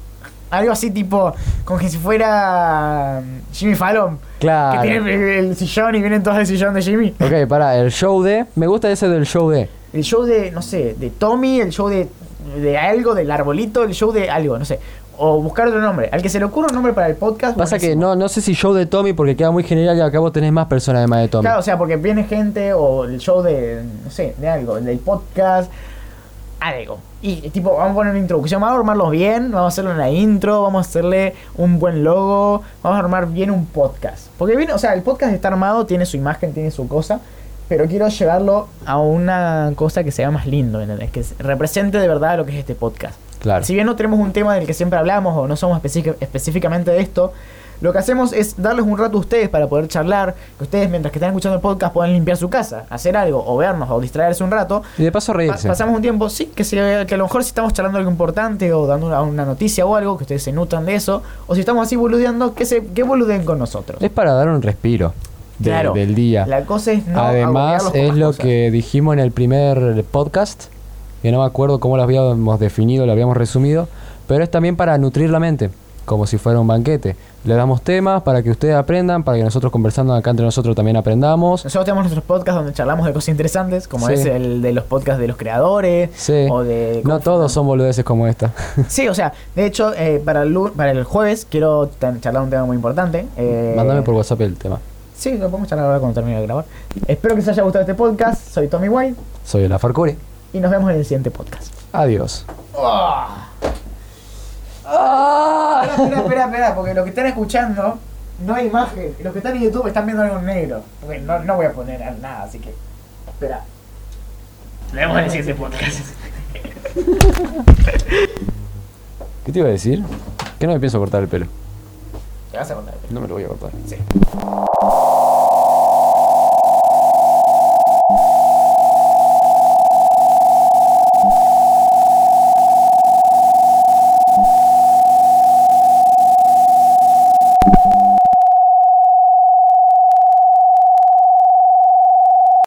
algo así tipo como que si fuera mm, Jimmy Fallon que Claro. tiene el, el sillón y vienen todos del sillón de Jimmy. Ok, para, el show de. Me gusta ese del show de. El show de, no sé, de Tommy, el show de, de algo, del arbolito, el show de algo, no sé. O buscar otro nombre. Al que se le ocurra un nombre para el podcast. Pasa que Ah, buenísimo. no, no sé si show de Tommy porque queda muy general y acá vos tenés más personas además de Tommy. Claro, o sea, porque viene gente o el show de, no sé, de algo, el del podcast, algo. Y tipo, vamos a poner una introducción, vamos a armarlos bien, vamos a hacerle una intro, vamos a hacerle un buen logo, vamos a armar bien un podcast. Porque viene, o sea, el podcast está armado, tiene su imagen, tiene su cosa, pero quiero llevarlo a una cosa que sea más lindo, ¿me ¿entendés? Que se- represente de verdad lo que es este podcast. Claro. Si bien no tenemos un tema del que siempre hablamos o no somos específic- específicamente de esto, lo que hacemos es darles un rato a ustedes para poder charlar, que ustedes mientras que están escuchando el podcast puedan limpiar su casa, hacer algo, o vernos, o distraerse un rato. Y de paso Pa- reírse. pasamos un tiempo, sí, que, se- que a lo mejor si estamos charlando algo importante o dando una, una noticia o algo, que ustedes se nutran de eso, o si estamos así boludeando, que, se, que boludeen con nosotros. Es para dar un respiro de- Claro. del día. La cosa es no Además, agobiarlos con es más lo cosas. que dijimos en el primer podcast, que no me acuerdo cómo lo habíamos definido, lo habíamos resumido, pero es también para nutrir la mente, como si fuera un banquete. Le damos temas para que ustedes aprendan, para que nosotros conversando acá entre nosotros también aprendamos. Nosotros tenemos nuestros podcasts donde charlamos de cosas interesantes, como Sí. es el de los podcasts de los creadores. Sí, O de no todos son boludeces como esta. Sí, o sea, de hecho, eh, para, el, lu- para el jueves quiero tan- charlar un tema muy importante. eh, Mándame por WhatsApp el tema. Sí, lo podemos charlar ahora cuando termine de grabar. Espero que les haya gustado este podcast. Soy Tommy White Soy la Farcuri. y nos vemos en el siguiente podcast. Adiós. ¡Ah! espera, espera, espera, porque los que están escuchando no hay imagen. Y los que están en YouTube están viendo algo en negro. Porque no, no voy a poner nada, así que. Espera. Nos vemos en el siguiente podcast. ¿Qué te iba a decir? Que no me pienso cortar el pelo. Te vas a contar. No me lo voy a cortar.